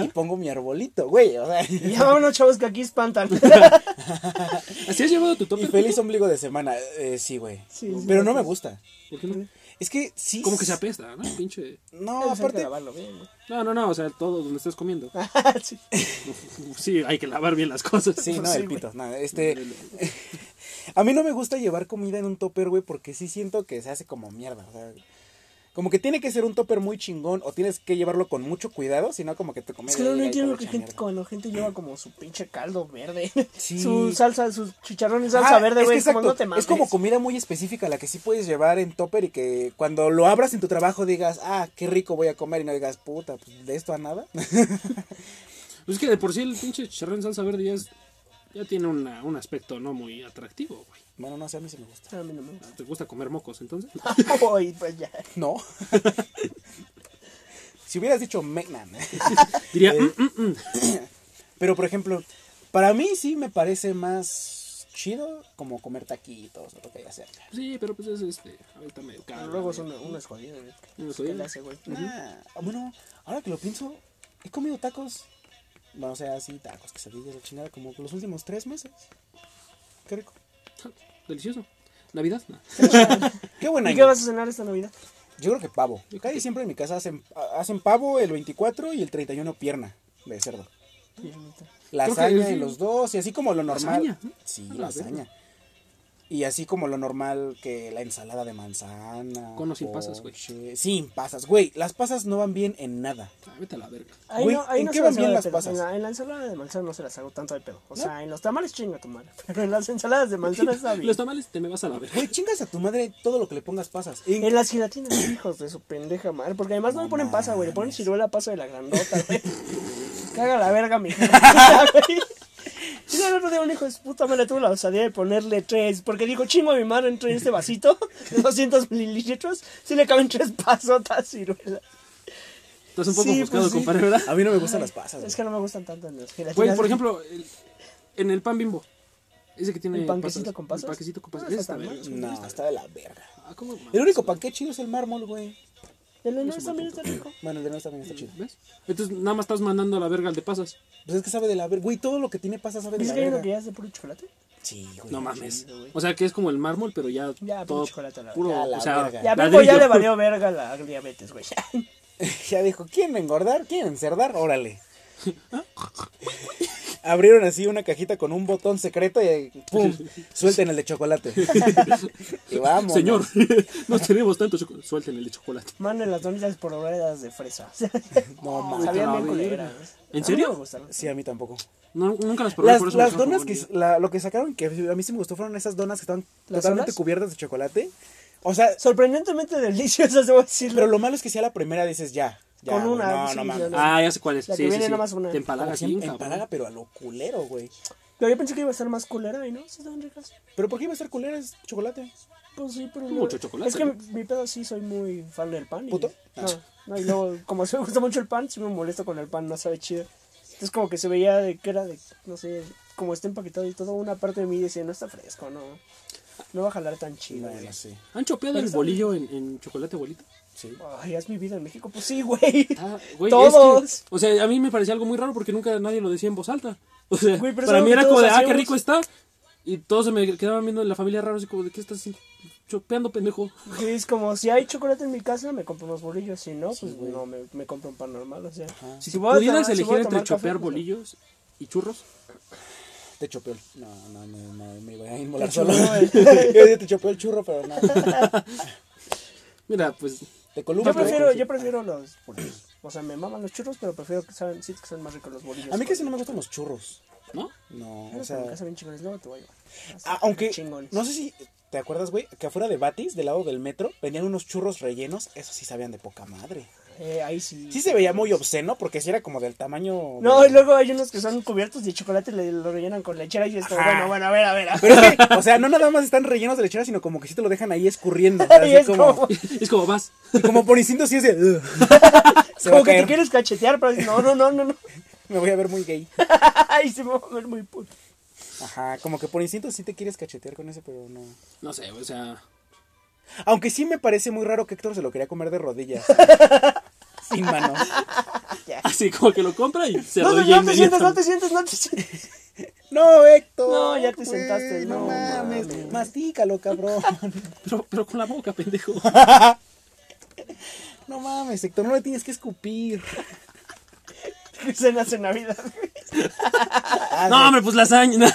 S3: Y pongo mi arbolito, güey. O sea,
S2: Y ya vámonos, chavos, que aquí espantan.
S1: ¿Así has llevado tu tope?
S3: y feliz ombligo de semana. Eh, sí, güey.
S2: Sí, sí,
S3: Pero no me gusta.
S1: ¿Por qué no?
S3: Es que sí.
S1: Como que se apesta, ¿no? Pinche.
S3: No, aparte.
S1: No, no, no. O sea, todo donde estés comiendo.
S2: Sí.
S1: Sí, hay que lavar bien las cosas.
S3: Sí, no,
S2: Pues Sí,
S3: el
S2: güey.
S3: pito. No, este. A mí no me gusta llevar comida en un topper, güey, porque sí siento que se hace como mierda. O sea, como que tiene que ser un topper muy chingón o tienes que llevarlo con mucho cuidado, sino como que te comes.
S2: Es que no, no entiendo que gente, cuando gente lleva como su pinche caldo verde,
S3: Sí.
S2: su salsa, sus chicharrones salsa verde, güey, es como no te mames.
S3: Ah, Es como comida muy específica la que sí puedes llevar en topper y que cuando lo abras en tu trabajo digas, ah, qué rico voy a comer y no digas, puta, pues, de esto a nada.
S1: Pues es que de por sí el pinche chicharrón en salsa verde ya, es- ya tiene una- un aspecto no muy atractivo, güey.
S3: bueno, no sé, a mí sí me gusta.
S2: Ah, A mí no me gusta.
S1: ¿Te gusta comer mocos entonces?
S2: Ay, pues ya.
S3: No. si hubieras dicho, ¿eh? me- nah, nah.
S1: Diría, "Mm, mm, mm".
S3: Pero por ejemplo, para mí sí me parece más chido como comer taquitos o lo que haya cerca.
S1: sí, pero pues es este. Ahorita me caro.
S2: Luego son unas jodidas, güey.
S1: Unas
S2: ¿Qué
S1: jodidas.
S2: le hace, güey?
S3: Ah, bueno, ahora que lo pienso, he comido tacos. Bueno, o sea, sí, tacos, quesadillas, la chingada, como los últimos tres meses. Qué rico.
S1: Delicioso. Navidad, no.
S3: Qué buen
S2: ¿Y qué
S3: año.
S2: vas a cenar esta Navidad?
S3: Yo creo que pavo. Casi siempre en mi casa hacen, hacen pavo el 24 y el 31 pierna de cerdo. Lasaña
S1: sí.
S3: en los dos y así como lo normal.
S1: Lasaña, ¿no?
S3: Sí,
S1: A la
S3: lasaña. Y así como lo normal que la ensalada de manzana.
S1: Con o sin pasas, güey.
S3: ponche- Sin pasas, güey. Las pasas no van bien en nada.
S1: Ah, vete a la verga.
S2: Ahí
S3: Güey,
S2: no, ahí
S3: ¿en
S2: no
S3: qué
S2: se
S3: van
S2: las
S3: bien
S2: hago de
S3: las
S2: pedo.
S3: pasas?
S2: En la, en la ensalada de manzana no se las hago tanto de pedo. O sea, en los tamales chinga tu madre. Pero en las ensaladas de manzana está bien.
S1: Los tamales te me vas a la verga.
S3: Güey, chingas a tu madre todo lo que le pongas pasas. En-
S2: En las gelatinas, hijos de su pendeja madre. Porque además no, le ponen pasa, güey. Le ponen ciruela pasa de la grandota, güey. Caga la verga, mi hija. Y el otro día un hijo de su puta madre tuvo la osadía de ponerle tres. Porque dijo, chingo a mi madre, entré en este vasito de 200 mililitros. Si le caben tres pasotas ciruela.
S1: Estás un poco
S3: Sí,
S1: buscado,
S3: pues sí.
S1: compadre, ¿verdad?
S3: A mí no me gustan las pasas.
S2: Es
S3: güey.
S2: que no me gustan tanto en las gelatinas.
S1: Güey, por ejemplo, el- en el pan bimbo. Ese que tiene.
S2: ¿El panquecito
S1: pasas.
S2: con pasas?
S1: El panquecito con pasas.
S2: No está
S1: Ese está
S2: tan mal.
S1: vergas, güey.
S3: No, está de la verga.
S1: Ah, ¿cómo?
S3: El único panque chido es el mármol, güey.
S2: El lunes también está rico.
S3: Bueno, el de nuez también está chido.
S1: ¿Ves? Entonces nada más estás mandando a la verga al de pasas.
S3: Pues es que sabe de la verga. Güey, todo lo que tiene pasas sabe de
S2: ¿Dices
S3: la
S2: que hay uno que
S3: verga.
S2: ya es de puro chocolate?
S3: Sí, güey.
S1: No mames. O sea que es como el mármol, pero ya,
S2: Ya,
S1: todo
S2: puro chocolate a la
S1: puro,
S3: verga. Ya, la
S1: o sea,
S3: verga.
S2: Ya, pero
S1: ladrillo.
S2: ya le valió verga la diabetes, güey.
S3: Ya dijo, ¿quieren engordar? ¿Quieren encerdar? Órale. Abrieron así una cajita con un botón secreto y ¡pum! Suelten el de chocolate. y vamos.
S1: Señor, no tenemos tanto chocolate. Suelten el de chocolate.
S2: Mano, las donitas por obreras de fresa.
S3: No mames.
S2: Sabían bien
S1: no,
S2: culeras.
S1: ¿En
S2: A mí
S1: serio?
S2: no me gustaron.
S3: Sí, a mí tampoco.
S1: No, nunca las probé,
S3: Las,
S1: por eso me
S3: las
S1: dejaron
S3: donas
S1: con
S3: que
S1: bonito.
S3: la- lo que sacaron que a mí sí me gustó fueron esas donas que estaban
S2: ¿Las
S3: totalmente
S2: donas?
S3: cubiertas de chocolate. O sea,
S2: Sorprendentemente deliciosas, debo
S3: pero
S2: decirlo.
S3: lo malo es que si a la primera dices ya. ya
S2: Con
S3: güey,
S2: una,
S3: No,
S2: sí,
S3: no
S2: ya
S3: mames. Ah,
S2: no.
S1: Ah, ya sé cuál es.
S2: La que
S1: sí, sí,
S2: viene
S1: sí.
S2: nada más una.
S1: Te empalagas
S3: Como
S1: bien,
S3: siempre,
S1: cabrón.
S3: empalaga, pero a lo culero, güey.
S2: Pero yo pensé que iba a ser más culera y no, sí estaban ricas.
S3: ¿Pero por qué iba a estar culera? Es chocolate.
S2: Pues sí, pero...
S1: Mucho
S2: no-
S1: chocolate,
S2: Es que
S1: ¿no? Ah.
S2: mi, mi pedo sí soy muy fan del pan. Y,
S3: ¿Puto?
S2: No, no, y luego, como se me gusta mucho el pan, sí me molesto con el pan, no sabe chido. Entonces como que se veía de que era de, no sé, como está empaquetado y todo, una parte de mí decía, no está fresco, no, no va a jalar tan chido. güey.
S3: Bueno, sí.
S1: ¿Han chopeado el bolillo en, en chocolate, abuelita?
S3: Sí.
S2: Ay, has vivido en México, pues sí, güey.
S1: Ah, güey,
S2: Todos.
S1: es que- o sea, a mí me parecía algo muy raro porque nunca nadie lo decía en voz alta. O sea,
S2: Güey, pero es
S1: para
S2: algo
S1: mí
S2: que
S1: era
S2: todos
S1: como de, ah, qué
S2: hacíamos".
S1: rico está. Y todos se me quedaban viendo en la familia raro, así como, ¿de qué estás chopeando, pendejo?
S2: Sí, es como si hay chocolate en mi casa, me compro unos bolillos. Si no, pues no, me, me compro un pan normal. O sea,
S1: Si,
S2: voy a
S1: pudieras
S2: tomar- si
S1: elegir
S2: voy a
S1: entre
S2: tomar café,
S1: chopear
S2: pues,
S1: bolillos y churros,
S3: Te chopeó el. No, no, no, no, me iba a inmolar
S2: Te
S3: solo.
S2: chopeó el-
S3: Yo dije, te chopeó el churro, pero no.
S1: mira, pues,
S3: Te columna.
S2: Yo prefiero, yo prefiero los bolillos. O sea, me maman los churros, pero prefiero que saben, sí, que sean más ricos los bolillos.
S3: A mí casi no me gustan los churros.
S1: ¿no?
S3: No,
S2: Pero
S3: o
S2: en
S3: sea.
S2: casa bien chingones, no te voy a llevar.
S3: ah, aunque.
S2: Chingones.
S3: No sé si. ¿Te acuerdas, güey? Que afuera de Batis, del lado del metro, vendían unos churros rellenos. Esos sí sabían de poca madre.
S2: Eh, ahí sí.
S3: Sí se veía muy obsceno porque sí era como del tamaño.
S2: No,
S3: de-
S2: y luego hay unos que son cubiertos de chocolate y le- lo rellenan con lechera. Y yo estoy,
S3: Ajá.
S2: bueno, bueno, a ver, a ver. a ver.
S3: Pero es que, o sea, no nada más están rellenos de lechera, sino como que sí te lo dejan ahí escurriendo. Así
S2: Y es
S3: como,
S2: como,
S1: es como, vas.
S3: y como por instinto sí es de. "Ugh". Se
S2: como
S3: va a
S2: que te
S3: caer.
S2: quieres cachetear, pero dices, no, no, no, no. no.
S3: Me voy a ver muy gay.
S2: Ay, se me va a ver muy puto.
S3: Ajá, como que por instinto sí te quieres cachetear con ese, pero no.
S1: No sé, o sea,
S3: Aunque sí me parece muy raro que Héctor se lo quería comer de rodillas. Sin mano.
S1: así como que lo compra y se
S2: No, no,
S1: arrodilla
S2: no te sientas, no
S1: inmediatamente.
S2: te sientas, no te sientas.
S3: No, Héctor.
S2: No, ya te
S3: güey,
S2: sentaste, no
S3: mames.
S2: mames.
S3: Mastícalo, cabrón.
S1: Pero, pero con la boca, pendejo.
S3: No mames, Héctor, no le tienes que escupir.
S2: Cenas en Navidad.
S3: Ah,
S1: No, hombre, pues lasaña.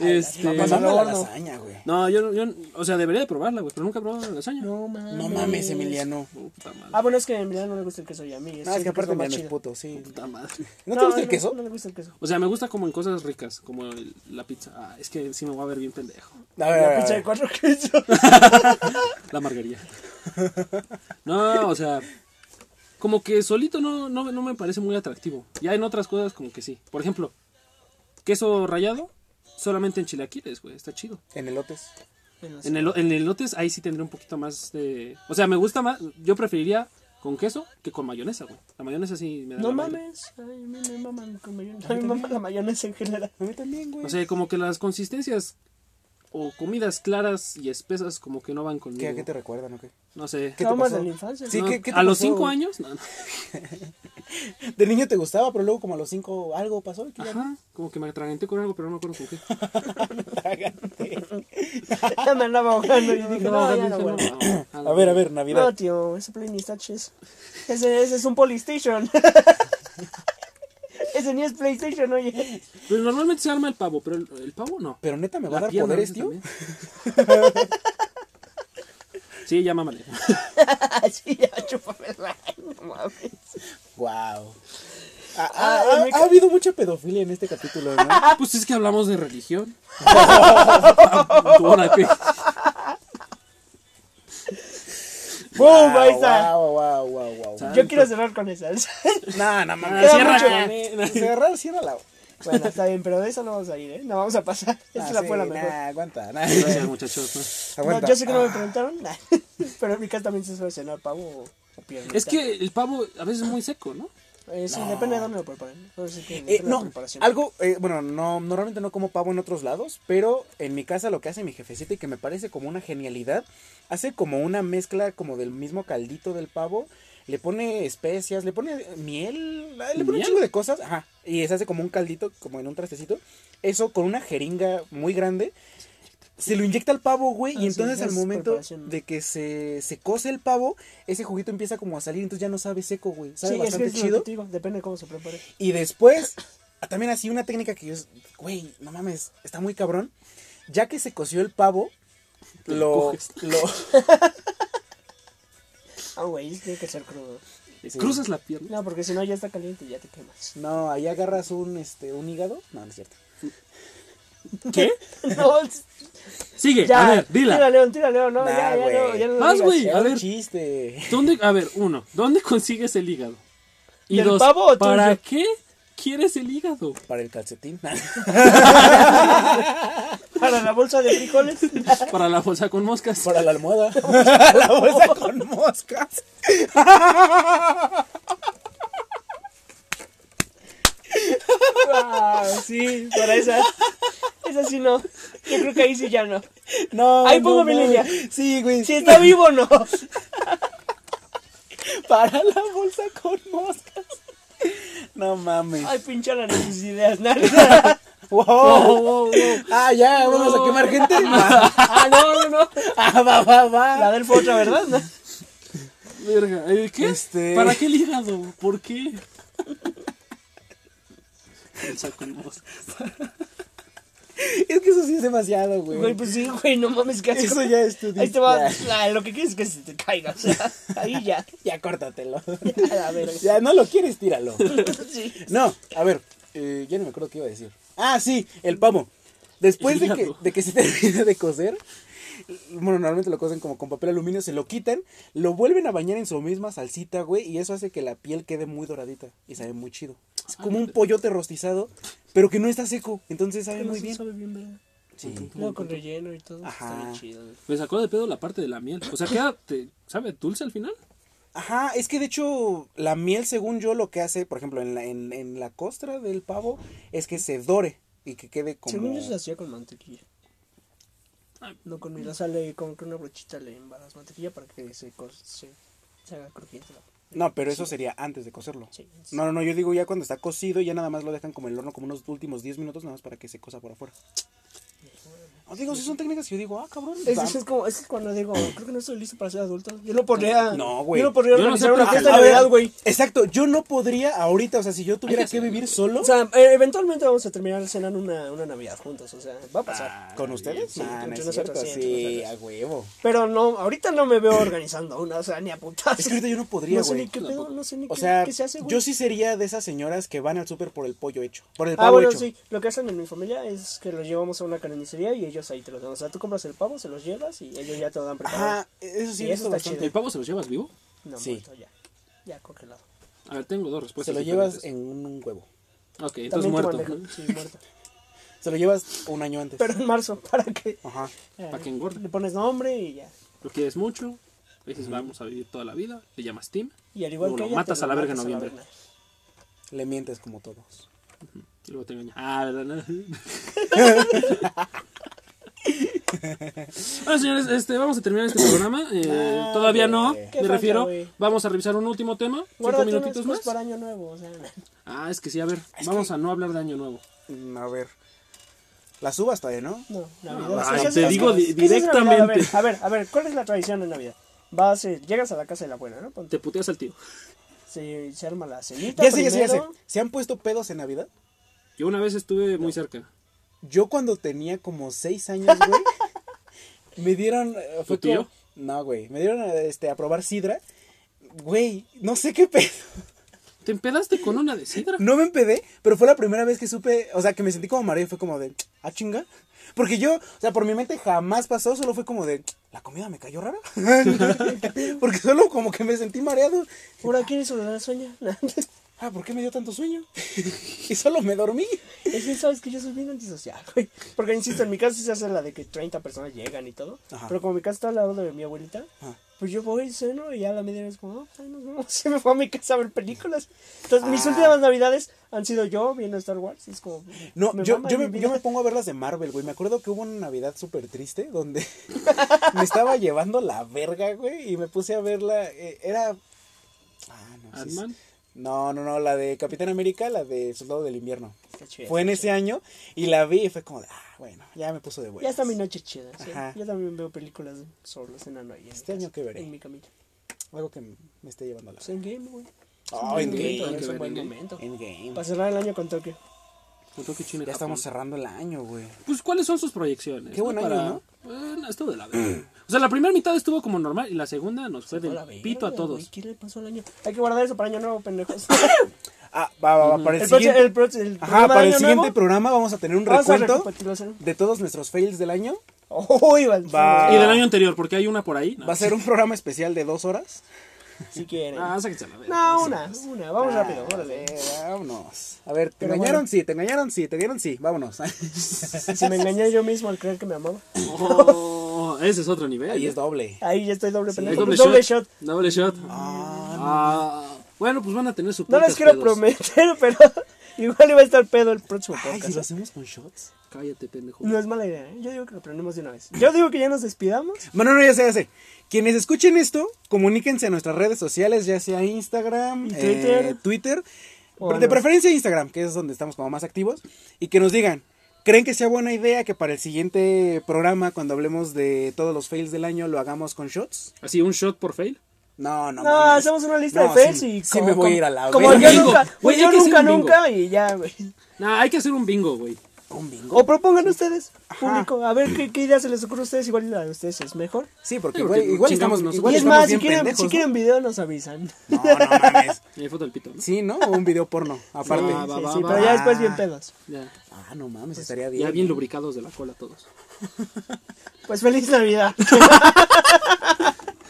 S1: este,
S3: Pasando la
S2: no.
S3: lasaña, güey.
S1: no, yo, yo, o sea, debería de probarla, güey, pero nunca he probado lasaña.
S2: No mames.
S3: No mames, Emiliano.
S1: Oh, puta madre.
S2: Ah, bueno, es que en realidad no le gusta el queso y a mí.
S3: No, es que
S2: siempre
S3: aparte
S2: lo más
S3: Emiliano es
S2: chido.
S3: puto, sí.
S1: Puta madre.
S3: ¿No te gusta el queso?
S2: No me gusta el queso.
S1: O sea, me gusta como en cosas ricas, como el- la pizza. Ah, es que sí me voy a ver bien pendejo.
S3: A ver, a
S2: La
S3: ver, a
S2: pizza de
S3: ver.
S2: cuatro quesos.
S1: La margarita. No, o sea, como que solito no, no, no me parece muy atractivo. Ya en otras cosas como que sí. Por ejemplo, queso rallado solamente en chilaquiles, güey, está chido.
S3: En elotes.
S1: En el en elotes ahí sí tendré un poquito más de... O sea, me gusta más, yo preferiría con queso que con mayonesa, güey. La mayonesa sí me da
S2: No
S1: la madre.
S2: mames. Ay, a mí me maman con mayonesa. A mí me mama la mayonesa en general.
S3: A mí también, güey.
S1: O sea, como que las consistencias o comidas claras y espesas como que no van conmigo.
S3: ¿Qué, ¿A qué te recuerdan o qué?
S1: No sé.
S3: ¿Qué te
S2: Traumas
S3: pasó?
S2: de la infancia.
S3: Sí,
S1: No,
S3: ¿qué, qué te
S1: a los
S3: pasó,
S1: cinco
S3: güey?
S1: años, no, no.
S3: De niño te gustaba, pero luego como a los cinco algo pasó. y que ya no
S1: Ajá, como que me atraganté con algo, pero no me acuerdo con qué.
S2: Ya me andaba ahogando y dije, no, ya no,
S1: dije,
S2: güey.
S1: no, no, no.
S3: A ver, a ver,
S2: No,
S3: Navidad.
S2: tío, ese Play ni está chis. Ese, ese es un Polystation. Ese mames, tenías PlayStation, oye.
S1: Pero normalmente se arma el pavo, pero el, el pavo no.
S3: Pero neta, ¿me va a
S1: La
S3: dar
S1: pierna
S3: poderes,
S1: veces
S3: tío?
S1: también. sí, ya mámale.
S2: sí, ya, chúpame la- No mames.
S3: Wow.
S2: ah,
S3: ha,
S2: me
S3: ha habido mucha pedofilia en este capítulo, ¿no?
S1: Pues es que hablamos de religión. Ahora que-
S2: ¡Boom! ahí está.
S3: Wow, wow, wow, wow.
S2: Yo quiero cerrar con esa.
S3: No, no mames.
S1: Ah, cierra
S2: mucho.
S1: con-
S3: Cerrar, cierra la.
S2: bueno, está bien, pero de esa no vamos a ir, ¿eh? No vamos a pasar. Esta
S3: Ah,
S2: la
S3: sí,
S2: fue la mejor.
S3: nah, aguanta, nah.
S1: Gracias, muchachos.
S2: No,
S3: Aguanta.
S2: yo sé que no me
S3: Ah,
S2: preguntaron, nah. pero en mi casa también se suele cenar pavo o, o piernita.
S1: Es que el pavo a veces es muy seco, ¿no?
S2: Eh, sí, depende de dónde lo preparen. Pero sí que depende
S3: eh,
S2: de la
S3: no,
S2: preparación.
S3: algo, eh, bueno, no, normalmente no como pavo en otros lados, pero en mi casa lo que hace mi jefecita y que me parece como una genialidad, hace como una mezcla como del mismo caldito del pavo, le pone especias, le pone miel, ah, le pone un
S1: ¿Miel?
S3: chingo de cosas, ajá, y se hace como un caldito, como en un trastecito, eso con una jeringa muy grande, se lo inyecta al pavo, güey,
S2: Ah,
S3: y
S2: sí,
S3: entonces
S2: esa
S3: al
S2: es
S3: momento
S2: preparación.
S3: de que se, se cose el pavo, ese juguito empieza como a salir, entonces ya no sabe seco, güey, sabe
S2: Sí, es que
S3: bastante
S2: es
S3: chido.
S2: lo que te digo, depende de cómo se prepare.
S3: Y después, también así una técnica que yo, güey, no mames, está muy cabrón. Ya que se coció el pavo,
S1: Te
S3: lo,
S1: coges.
S3: lo,
S2: Ah, güey, eso tiene que ser crudo.
S3: Sí.
S1: Cruzas la pierna.
S2: No, porque si no ya está caliente y ya te quemas.
S3: no, ahí agarras un, este, un hígado, no, no es cierto.
S1: ¿Qué?
S2: no,
S1: Sigue,
S2: ya.
S1: a ver, dila.
S2: Tira, León, tira, León. No,
S3: Nah,
S2: ya, ya, no,
S3: güey.
S2: ya no lo
S1: Vas,
S2: digas.
S1: güey.
S3: Era
S1: a
S3: un
S1: ver.
S3: chiste.
S1: ¿Dónde, a ver, uno, ¿dónde consigues el hígado? Y
S2: ¿Del
S1: dos,
S2: pavo o
S1: ¿para
S2: tuyo?
S1: qué quieres el hígado?
S3: Para el calcetín.
S2: Para la bolsa de frijoles.
S1: Para la bolsa con moscas.
S3: Para la almohada. la bolsa con moscas.
S2: Wow, sí, para esa. Esa sí no. Yo creo que ahí sí ya no.
S3: No,
S2: Ahí
S3: no
S2: pongo mi
S3: mames.
S2: línea.
S3: Sí, güey.
S2: Si está vivo o no.
S3: Para la bolsa con moscas. No mames.
S2: Ay, pincharan sus ideas, nada.
S3: Wow. Ah, ya, vamos a quemar gente.
S2: Ah, no, no, no.
S3: Ah, va, va, va.
S2: La del fue otra, ¿verdad? No.
S1: Verga, eh, ¿qué?
S3: Este-
S1: ¿Para qué el hígado? ¿Por qué? Bolsa con moscas.
S3: Es que eso sí es demasiado, güey.
S2: Güey, pues sí, güey, no mames, ¿qué haces?
S3: Eso ya es tu
S2: Ahí te va,
S3: disfraz.
S2: la- lo que quieres es que se te caiga, o sea, ahí ya.
S3: Ya córtatelo.
S2: A la verga.
S3: ya no lo quieres, tíralo.
S2: Sí.
S3: No, a ver, eh, ya no me acuerdo qué iba a decir. Ah, sí, el pavo. Después de que,
S1: Hígado.
S3: de que se termina de cocer, bueno, normalmente lo cocen como con papel aluminio, se lo quitan, lo vuelven a bañar en su misma salsita, güey, y eso hace que la piel quede muy doradita y sabe muy chido. Es como un pollote rostizado, pero que no está seco, entonces sabe muy bien.
S2: Sabe bien, ¿verdad?
S3: Sí.
S2: No, con relleno y todo.
S3: Ajá.
S2: Está bien chido.
S1: Me sacó de pedo la parte de la miel. O sea, queda, te- ¿sabe dulce al final?
S3: Ajá, es que de hecho la miel, según yo, lo que hace, por ejemplo, en la, en, en la costra del pavo, es que se dore y que quede como...
S2: Según yo se hacía con mantequilla. No con miel, o sea, le, con, con una brochita le embalas mantequilla para que se, co- se, se haga crujiente.
S3: No, pero eso sería antes de cocerlo.
S2: Sí, sí.
S3: No, no, no, yo digo ya cuando está cocido, ya nada más lo dejan como en el horno como unos últimos 10 minutos, nada más para que se cosa por afuera. No, digo, si son técnicas que yo digo, ah, cabrón.
S2: Es,
S3: va-
S2: es, es como, es que cuando digo, creo que no estoy listo para ser adulto. Yo no podría.
S3: No, güey.
S2: Yo no podría
S1: Yo no
S2: organizar
S1: sé
S2: una
S1: por qué.
S2: fiesta
S1: A
S2: de
S1: ver.
S2: Navidad, güey.
S3: Exacto, yo no podría ahorita, o sea, si yo tuviera que vivir solo...
S2: O sea, eh, eventualmente vamos a terminar cenando una, una Navidad juntos, o sea, va a pasar.
S3: ¿Con ustedes?
S2: sí,
S3: Ah, no
S2: entre
S3: es
S2: nosotros,
S3: cierto,
S2: sí,
S3: sí,
S2: entre
S3: a huevo.
S2: Pero no, ahorita no me veo organizando una, o sea, ni a putazos.
S3: Es que ahorita yo no podría,
S2: no sé
S3: güey.
S2: ni qué pedo, no sé ni
S3: O
S2: qué,
S3: sea,
S2: qué se hace, güey.
S3: yo sí sería de esas señoras que van al súper por el pollo hecho. Por el pavo
S2: Ah, bueno,
S3: hecho.
S2: sí, lo que hacen en mi familia es que los llevamos a una carnicería y ellos ahí te los dan. O sea, tú compras el pavo, se los llevas y ellos ya te lo dan preparado.
S3: Ajá, eso sí,
S2: Y eso
S3: eso
S2: está
S3: bastante.
S1: ¿El pavo se lo llevas vivo?
S2: no,
S3: sí.
S2: muerto, ya, ya congelado.
S1: A ver, tengo dos
S3: Pues Se
S1: respuestas.
S3: lo llevas eh,
S1: diferentes.
S3: en un huevo.
S1: Ok, entonces
S2: También te
S1: muerto.
S2: manejan, Sí, muerto.
S3: Se lo llevas un año antes.
S2: Pero en marzo, ¿para qué?
S3: Ajá.
S1: Para que engorde.
S2: Le pones nombre y ya.
S1: Lo quieres mucho. Dices, vamos a vivir toda la vida. Le llamas Tim.
S2: Y al igual
S1: Luego
S2: que
S1: lo
S2: ella,
S1: matas
S2: te
S1: a la verga en
S2: matas
S1: noviembre.
S2: verga.
S3: Le mientes como todos.
S1: Y luego te engaña. Ah, ¿verdad? bueno, señores, este, vamos a terminar este programa. Eh,
S3: Ah,
S1: todavía
S3: güey.
S1: no,
S3: Qué
S1: me
S2: falta,
S1: refiero.
S2: güey.
S1: Vamos a revisar un último tema. Cinco
S2: Guárdate unas
S1: minutitos
S2: cosas
S1: más.
S2: para año nuevo, o sea.
S1: Ah, es que sí, a ver. vamos a no hablar de Año Nuevo.
S3: Mm, A ver. Las uvas todavía, ¿no?
S2: No,
S1: Ah,
S2: Navidad.
S1: ay,
S2: ¿qué
S1: te
S2: haces?
S1: digo di-
S2: ¿Qué haces en
S1: directamente.
S2: Navidad? A ver, a ver, a ver, ¿cuál es la tradición de Navidad? Vas, eh, llegas a la casa de la abuela, ¿no? Ponte.
S1: Te puteas al tío.
S2: se, se arma la cenita.
S3: Ya sé, ya sé, ya sé.
S2: primero.
S3: ¿Se han puesto pedos en Navidad?
S1: Yo una vez estuve muy cerca.
S3: Yo cuando tenía como seis años, güey, me dieron... eh, Fue
S1: ¿Tu tío?
S3: como- No, güey, me dieron este, a probar sidra. Güey, no sé qué pedo.
S1: ¿Te empedaste con una de sidra?
S3: No me empedé, pero fue la primera vez que supe, o sea, que me sentí como mareo y fue como de, ah, chinga. Porque yo, o sea, por mi mente jamás pasó, solo fue como de, la comida me cayó rara. Porque solo como que me sentí mareado.
S2: Ahora quieres olvidar sueño.
S3: Ah, ¿por qué me dio tanto sueño? y solo me dormí.
S2: es que sabes que yo soy bien antisocial, güey. Porque insisto, en mi casa sí se hace la de que 30 personas llegan y todo.
S3: Ajá.
S2: Pero como mi casa está al lado de mi abuelita,
S3: Ajá.
S2: pues yo voy, ceno y ya a la media es como, "Ah, ay, nos vemos. Se me fue a mi casa a ver películas. Entonces, mis
S3: Ah.
S2: últimas navidades han sido yo viendo Star Wars. y es como,
S3: No, yo,
S2: mama
S3: yo,
S2: mi
S3: me,
S2: vida.
S3: yo me pongo a ver las de Marvel, güey. Me acuerdo que hubo una Navidad súper triste donde me estaba llevando la verga, güey, y me puse a verla. eh, era. Ah, no, sí, sí.
S1: Ant-Man.
S3: No, no, no, la de Capitán América, la de Soldado del Invierno.
S2: Está chida.
S3: Fue en ese año y la vi y fue como de, ah, bueno, ya me puso de
S2: Ya
S3: buenas.
S2: está mi noche chida. ¿sí?
S3: pues. Ajá.
S2: Yo también veo películas solo cenando ahí. en
S3: Este
S2: mi
S3: año
S2: casa,
S3: que veré.
S2: En mi camita.
S3: Algo que m- me esté llevando a la.
S2: Pues en game, güey.
S3: Oh,
S1: en
S3: Endgame.
S1: Endgame.
S2: Es un buen
S1: Endgame.
S2: momento.
S3: Endgame.
S2: Para cerrar el año con Tokio.
S1: Junto que China y
S3: Ya
S1: Japón.
S3: estamos cerrando el año, güey.
S1: Pues, ¿cuáles son sus proyecciones?
S3: Qué buen año, ¿no?
S1: Bueno, estuvo de la verga. O sea, la primera mitad estuvo como normal y la segunda nos fue
S2: Hola,
S1: del
S2: verga,
S1: pito a
S2: güey,
S1: todos.
S2: ¿Qué le pasó al año? Hay que guardar eso para año nuevo, pendejos.
S3: Ah, va, va, va, para el,
S2: el, próximo-
S3: siguiente.
S2: el, próximo- el
S3: Ajá,
S2: programa
S3: para
S2: de
S3: el
S2: año
S3: siguiente
S2: nuevo,
S3: programa vamos a tener un
S2: vamos a
S3: recuento
S2: recapitulación.
S3: de todos nuestros fails del año.
S2: Uy, Val-
S3: Va.
S1: Y del año anterior, porque hay una por ahí. ¿no?
S3: Va a ser un programa especial de dos horas.
S2: Si quieren.
S1: Ah, sáquense a la verga.
S2: no, una,
S3: pues
S2: una. Vamos rápido, órale.
S3: Eh, vámonos. A ver, te
S2: Pero
S3: engañaron,
S2: bueno.
S3: sí, te engañaron, sí, te dieron, sí. Vámonos.
S2: Si me engañé yo mismo al creer que me amaba.
S1: Oh, ese es otro nivel.
S3: Ahí es doble.
S2: Ahí ya estoy doble
S1: Es
S2: pendejo.
S1: doble,
S2: Doble, shot.
S1: shot. Doble shot. Ah, bueno, pues van a tener su
S2: No
S1: podcast,
S2: les quiero
S1: pedos.
S2: prometer, pero igual iba a estar pedo el próximo
S3: Ay, si
S2: podcast.
S3: lo hacemos con shots.
S1: Cállate, pendejo.
S2: No es mala idea, ¿eh? Yo digo que lo aprendemos de una vez. Yo digo que ya nos despidamos.
S3: Bueno, no, ya sé, ya sé. Quienes escuchen esto, comuníquense a nuestras redes sociales, ya sea Instagram,
S2: Y
S3: Twitter.
S2: Twitter.
S3: Twitter
S2: O
S3: pero de
S2: no.
S3: preferencia Instagram, que es donde estamos como más activos. Y que nos digan, ¿creen que sea buena idea que para el siguiente programa, cuando hablemos de todos los fails del año, lo hagamos con shots?
S1: Así, un shot por fail.
S3: No, no.
S2: No,
S3: mames.
S2: hacemos una lista
S3: No,
S2: de fails
S3: sí,
S2: y
S3: sí me voy a ir a la
S2: Como
S3: verga.
S2: yo
S1: Bingo.
S2: nunca,
S1: Güey,
S2: pues yo
S1: hay que hacer
S2: nunca,
S1: un bingo.
S2: nunca y ya, güey.
S1: Nah, hay que hacer un bingo, güey.
S3: Un bingo.
S2: O propongan ustedes, público, a ver qué, qué idea se les ocurre a ustedes, igual la de ustedes es mejor.
S3: Sí, porque
S1: Sí,
S3: igual,
S1: porque
S3: igual
S1: chingamos
S3: estamos,
S1: nosotros.
S3: igual
S2: y es
S3: estamos
S2: más, si
S3: bien
S2: quieren,
S3: pendejos,
S2: si quieren video nos avisan.
S3: ¿no? No, no mames.
S1: Y hay foto del pito, ¿no?
S3: Sí, ¿no? O un video porno, aparte.
S1: Ah, va,
S2: Sí,
S1: va,
S2: sí,
S1: va.
S2: pero ya después bien pedos.
S1: Ya,
S3: Ah, no mames, estaría bien.
S1: ya bien lubricados de la cola todos.
S2: Pues feliz Navidad.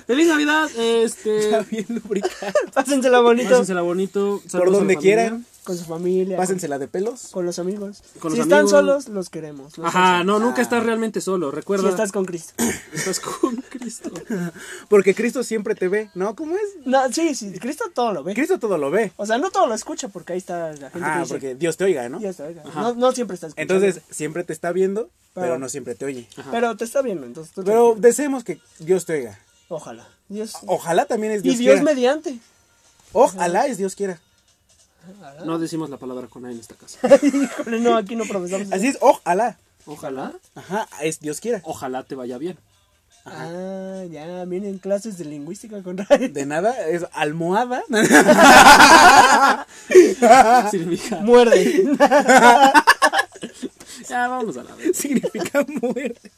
S1: ¡Feliz Navidad!
S3: Está
S1: Este.
S3: bien lubricado.
S2: Pásensela bonito
S1: Pásensela bonito. saludos a la
S3: donde
S1: familia.
S3: quieran.
S2: con su familia,
S3: Pásensela de pelos.
S2: con los amigos.
S1: Con los
S2: si están
S1: amigos.
S2: solos, los queremos.
S3: Ah,
S2: los
S1: Ajá,
S2: hacemos.
S1: no, nunca estás realmente solo. Recuerda,
S2: Si estás con Cristo.
S1: estás con Cristo.
S3: Porque Cristo siempre te ve, ¿no? ¿Cómo es?
S2: No, sí, sí, Cristo todo lo ve.
S3: Cristo todo lo ve.
S2: O sea, no todo lo escucha porque ahí está la gente que
S3: Ah,
S2: dice,
S3: porque Dios te oiga, ¿no?
S2: "Ya está, oiga". No, no siempre está escuchando.
S3: Entonces, siempre te está viendo, pero
S2: Pero-
S3: no siempre te oye.
S2: pero te está viendo, entonces tú
S3: Pero
S2: tranquilo.
S3: deseemos que Dios te oiga.
S2: ojalá. Dios
S3: Ojalá también es
S2: y
S3: Dios,
S2: Dios
S3: quiera.
S2: mediante.
S3: Ojalá es Dios quiera.
S1: No decimos la palabra con A en esta casa.
S2: Híjole, no, aquí no profesamos.
S3: Así es, ojalá.
S1: Ojalá,
S3: Ajá, es Dios quiera.
S1: ojalá te vaya bien.
S2: Ah, ya, vienen clases de lingüística con Ray.
S3: De nada, es almohada.
S1: Significa.
S2: Muerde.
S1: Ya, vamos a la vez.
S3: significa muerte.